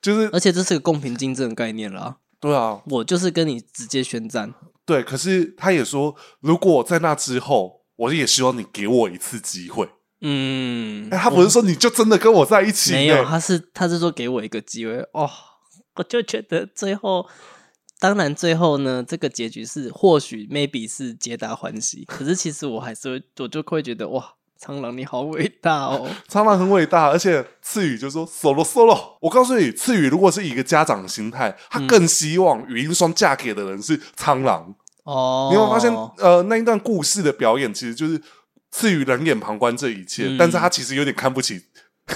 Speaker 1: 就是
Speaker 2: 而且这是个公平竞争的概念啦。
Speaker 1: 对啊，
Speaker 2: 我就是跟你直接宣战，
Speaker 1: 对。可是他也说，如果在那之后，我也希望你给我一次机会。
Speaker 2: 嗯，
Speaker 1: 哎，他不是说你就真的跟我在一起、
Speaker 2: 没有，
Speaker 1: 欸？
Speaker 2: 他是他是说给我一个机会哦，我就觉得最后，当然最后呢，这个结局是或许 maybe 是皆大欢喜，可是其实我还是会我就会觉得哇，苍狼你好伟
Speaker 1: *laughs*
Speaker 2: 大哦，
Speaker 1: 苍狼很伟大，而且次宇就说 solo solo。我告诉你，次宇如果是以一个家长的心态，他
Speaker 2: 嗯
Speaker 1: 更希望语音双嫁给的人是苍狼。
Speaker 2: 哦，
Speaker 1: 你有没有发现，呃，那一段故事的表演其实就是赐予冷眼旁观这一切，
Speaker 2: 嗯
Speaker 1: 但是他其实有点看不起，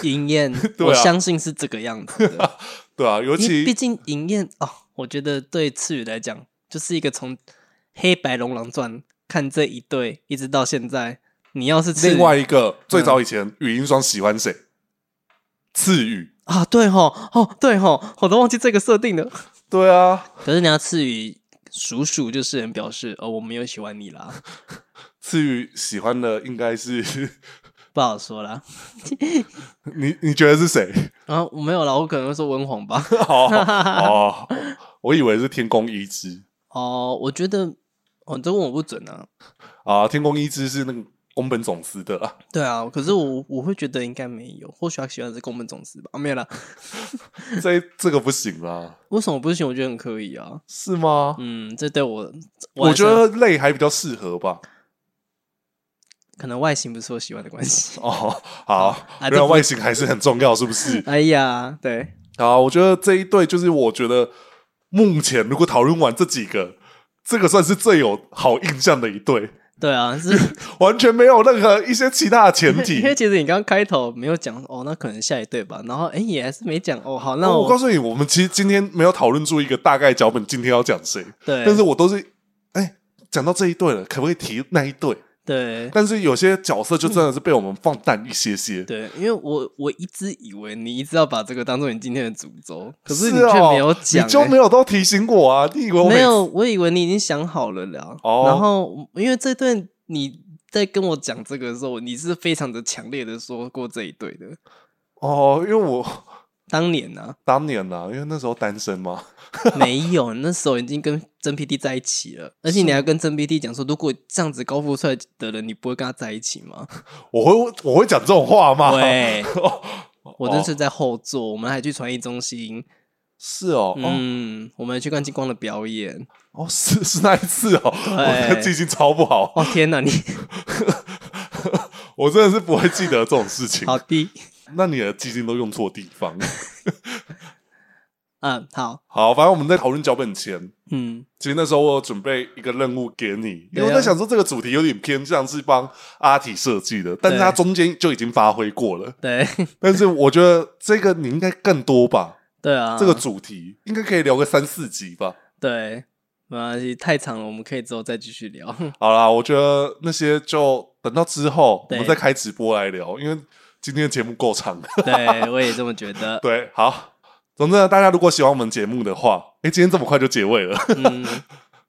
Speaker 2: 银燕，
Speaker 1: *laughs* 对啊
Speaker 2: 我相信是这个
Speaker 1: *laughs*
Speaker 2: 样子的，
Speaker 1: 对啊，尤
Speaker 2: 因为毕
Speaker 1: 其
Speaker 2: 竟银燕哦，我觉得对赤羽来讲，就是一个从黑白龙狼传看这一对一直到现在，你要是赤羽
Speaker 1: 另外一个最早以前语音双喜欢谁？赐予
Speaker 2: 啊，对吼，哦，对吼，我都忘记这个设定了。
Speaker 1: 对啊，
Speaker 2: 可是你要赐予鼠鼠，就是很表示哦，我没有喜欢你啦， *laughs*
Speaker 1: 至于喜欢的应该是 *laughs*
Speaker 2: 不好说啦。
Speaker 1: 你，你觉得是谁？ *laughs*
Speaker 2: 啊，我没有啦，我可能会说温皇吧。 *laughs*
Speaker 1: 哦哦，我以为是天宫一之
Speaker 2: 哦，我觉得哦，你这问我不准啊。
Speaker 1: 啊，天宫一之是那个宫本总司的、啊，
Speaker 2: 对啊，可是我我会觉得应该没有，或许他喜欢的是宫本总司吧。啊，没有啦，
Speaker 1: 这这个不行啊啦，
Speaker 2: 为什么不行？我觉得很可以啊。
Speaker 1: 是吗？
Speaker 2: 嗯，这对我，
Speaker 1: 我
Speaker 2: 还是
Speaker 1: 觉得类还比较适合吧。
Speaker 2: 可能外形不是我喜欢的关系。 *laughs*
Speaker 1: *laughs* 哦，好，
Speaker 2: 啊
Speaker 1: 原来
Speaker 2: 这不
Speaker 1: 外形还是很重要，是不
Speaker 2: *laughs*
Speaker 1: 是？
Speaker 2: 哎呀，对，
Speaker 1: 好，我觉得这一对就是我觉得目前如果讨论完这几个，这个算是最有好印象的一对，
Speaker 2: 对
Speaker 1: *laughs*
Speaker 2: 啊，是
Speaker 1: 完全没有任何一些其他的前
Speaker 2: 因为
Speaker 1: 提。
Speaker 2: 其实你刚刚开头没有讲哦，那可能下一对吧。然后哎，也还是没讲哦。好， *laughs* 那
Speaker 1: 那我告
Speaker 2: 我
Speaker 1: 诉你，我们其实今天没有讨论出一个大概脚本，今天要讲谁，
Speaker 2: 对，
Speaker 1: 但是我都是哎讲到这一对了，可不可以提那一对？
Speaker 2: 对
Speaker 1: 但是有些角色就真的是被我们放淡一些些。
Speaker 2: 对，因为我我一直以为你一直要把这个当做你今天的主轴，可
Speaker 1: 是
Speaker 2: 你却
Speaker 1: 哦
Speaker 2: 没有讲、
Speaker 1: 你就
Speaker 2: 哎
Speaker 1: 没有都提醒我啊？你以为我每
Speaker 2: 没
Speaker 1: 次
Speaker 2: 有，我以为你已经想好了啦。
Speaker 1: 哦
Speaker 2: 然后因为这段你在跟我讲这个的时候，你是非常的强烈的说过这一对的。
Speaker 1: 哦？因为我
Speaker 2: 当年呢、
Speaker 1: 当年啊，因为那时候单身嘛，
Speaker 2: 没有，那时候已经跟真 PT 在一起了，而且你还跟真 PT 讲说，如果这样子高富帅的人，你不会跟他在一起吗？
Speaker 1: 我会我会讲这种话吗？
Speaker 2: 喂，
Speaker 1: 哦，
Speaker 2: 我这次在后座，我们还去传艺中心，
Speaker 1: 是哦，哦
Speaker 2: 嗯，我们还去看金光的表演。
Speaker 1: 哦，是是那一次哦，我的记性超不好，
Speaker 2: 哦天
Speaker 1: *laughs*
Speaker 2: 哪，你
Speaker 1: 我真的是不会记得这种事情。
Speaker 2: 好低
Speaker 1: 那你的记性都用错地方。
Speaker 2: *laughs* 嗯，好，
Speaker 1: 好，反正我们在讨论脚本前，
Speaker 2: 嗯，
Speaker 1: 其实那时候我有准备一个任务给你，因
Speaker 2: 对啊
Speaker 1: 为我在想说这个主题有点偏向是帮阿体设计的，但是
Speaker 2: 对
Speaker 1: 他中间就已经发挥过了。
Speaker 2: 对
Speaker 1: 但是我觉得这个你应该更多吧，
Speaker 2: 对啊，
Speaker 1: 这个主题应该可以聊个三四集吧。
Speaker 2: 对，没关系，太长了，我们可以之后再继续聊。 *laughs*
Speaker 1: 好啦，我觉得那些就等到之后我
Speaker 2: 对
Speaker 1: 们再开直播来聊，因为今天的节目够长。
Speaker 2: 对，我也这么觉得。
Speaker 1: *laughs* 对，好，总之呢，大家如果喜欢我们节目的话，诶，今天这么快就结尾了， *laughs*
Speaker 2: 嗯，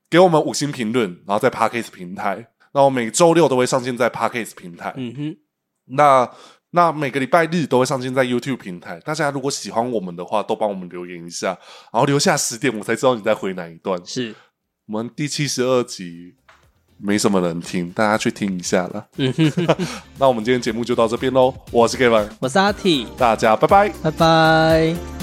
Speaker 1: 给我们五星评论，然后在 Parkes 平台，那我每周六都会上线在 Parkes 平台，
Speaker 2: 嗯哼，
Speaker 1: 那那每个礼拜日都会上线在 YouTube 平台。大家如果喜欢我们的话，都帮我们留言一下，然后留下十点，我才知道你在回哪一段。
Speaker 2: 是，
Speaker 1: 我们第七十二集没什么人听，大家去听一下啦。
Speaker 2: 嗯哼，
Speaker 1: 那我们今天节目就到这边喽，我是 Kevin，
Speaker 2: 我是阿 T，
Speaker 1: 大家拜拜。
Speaker 2: 拜拜。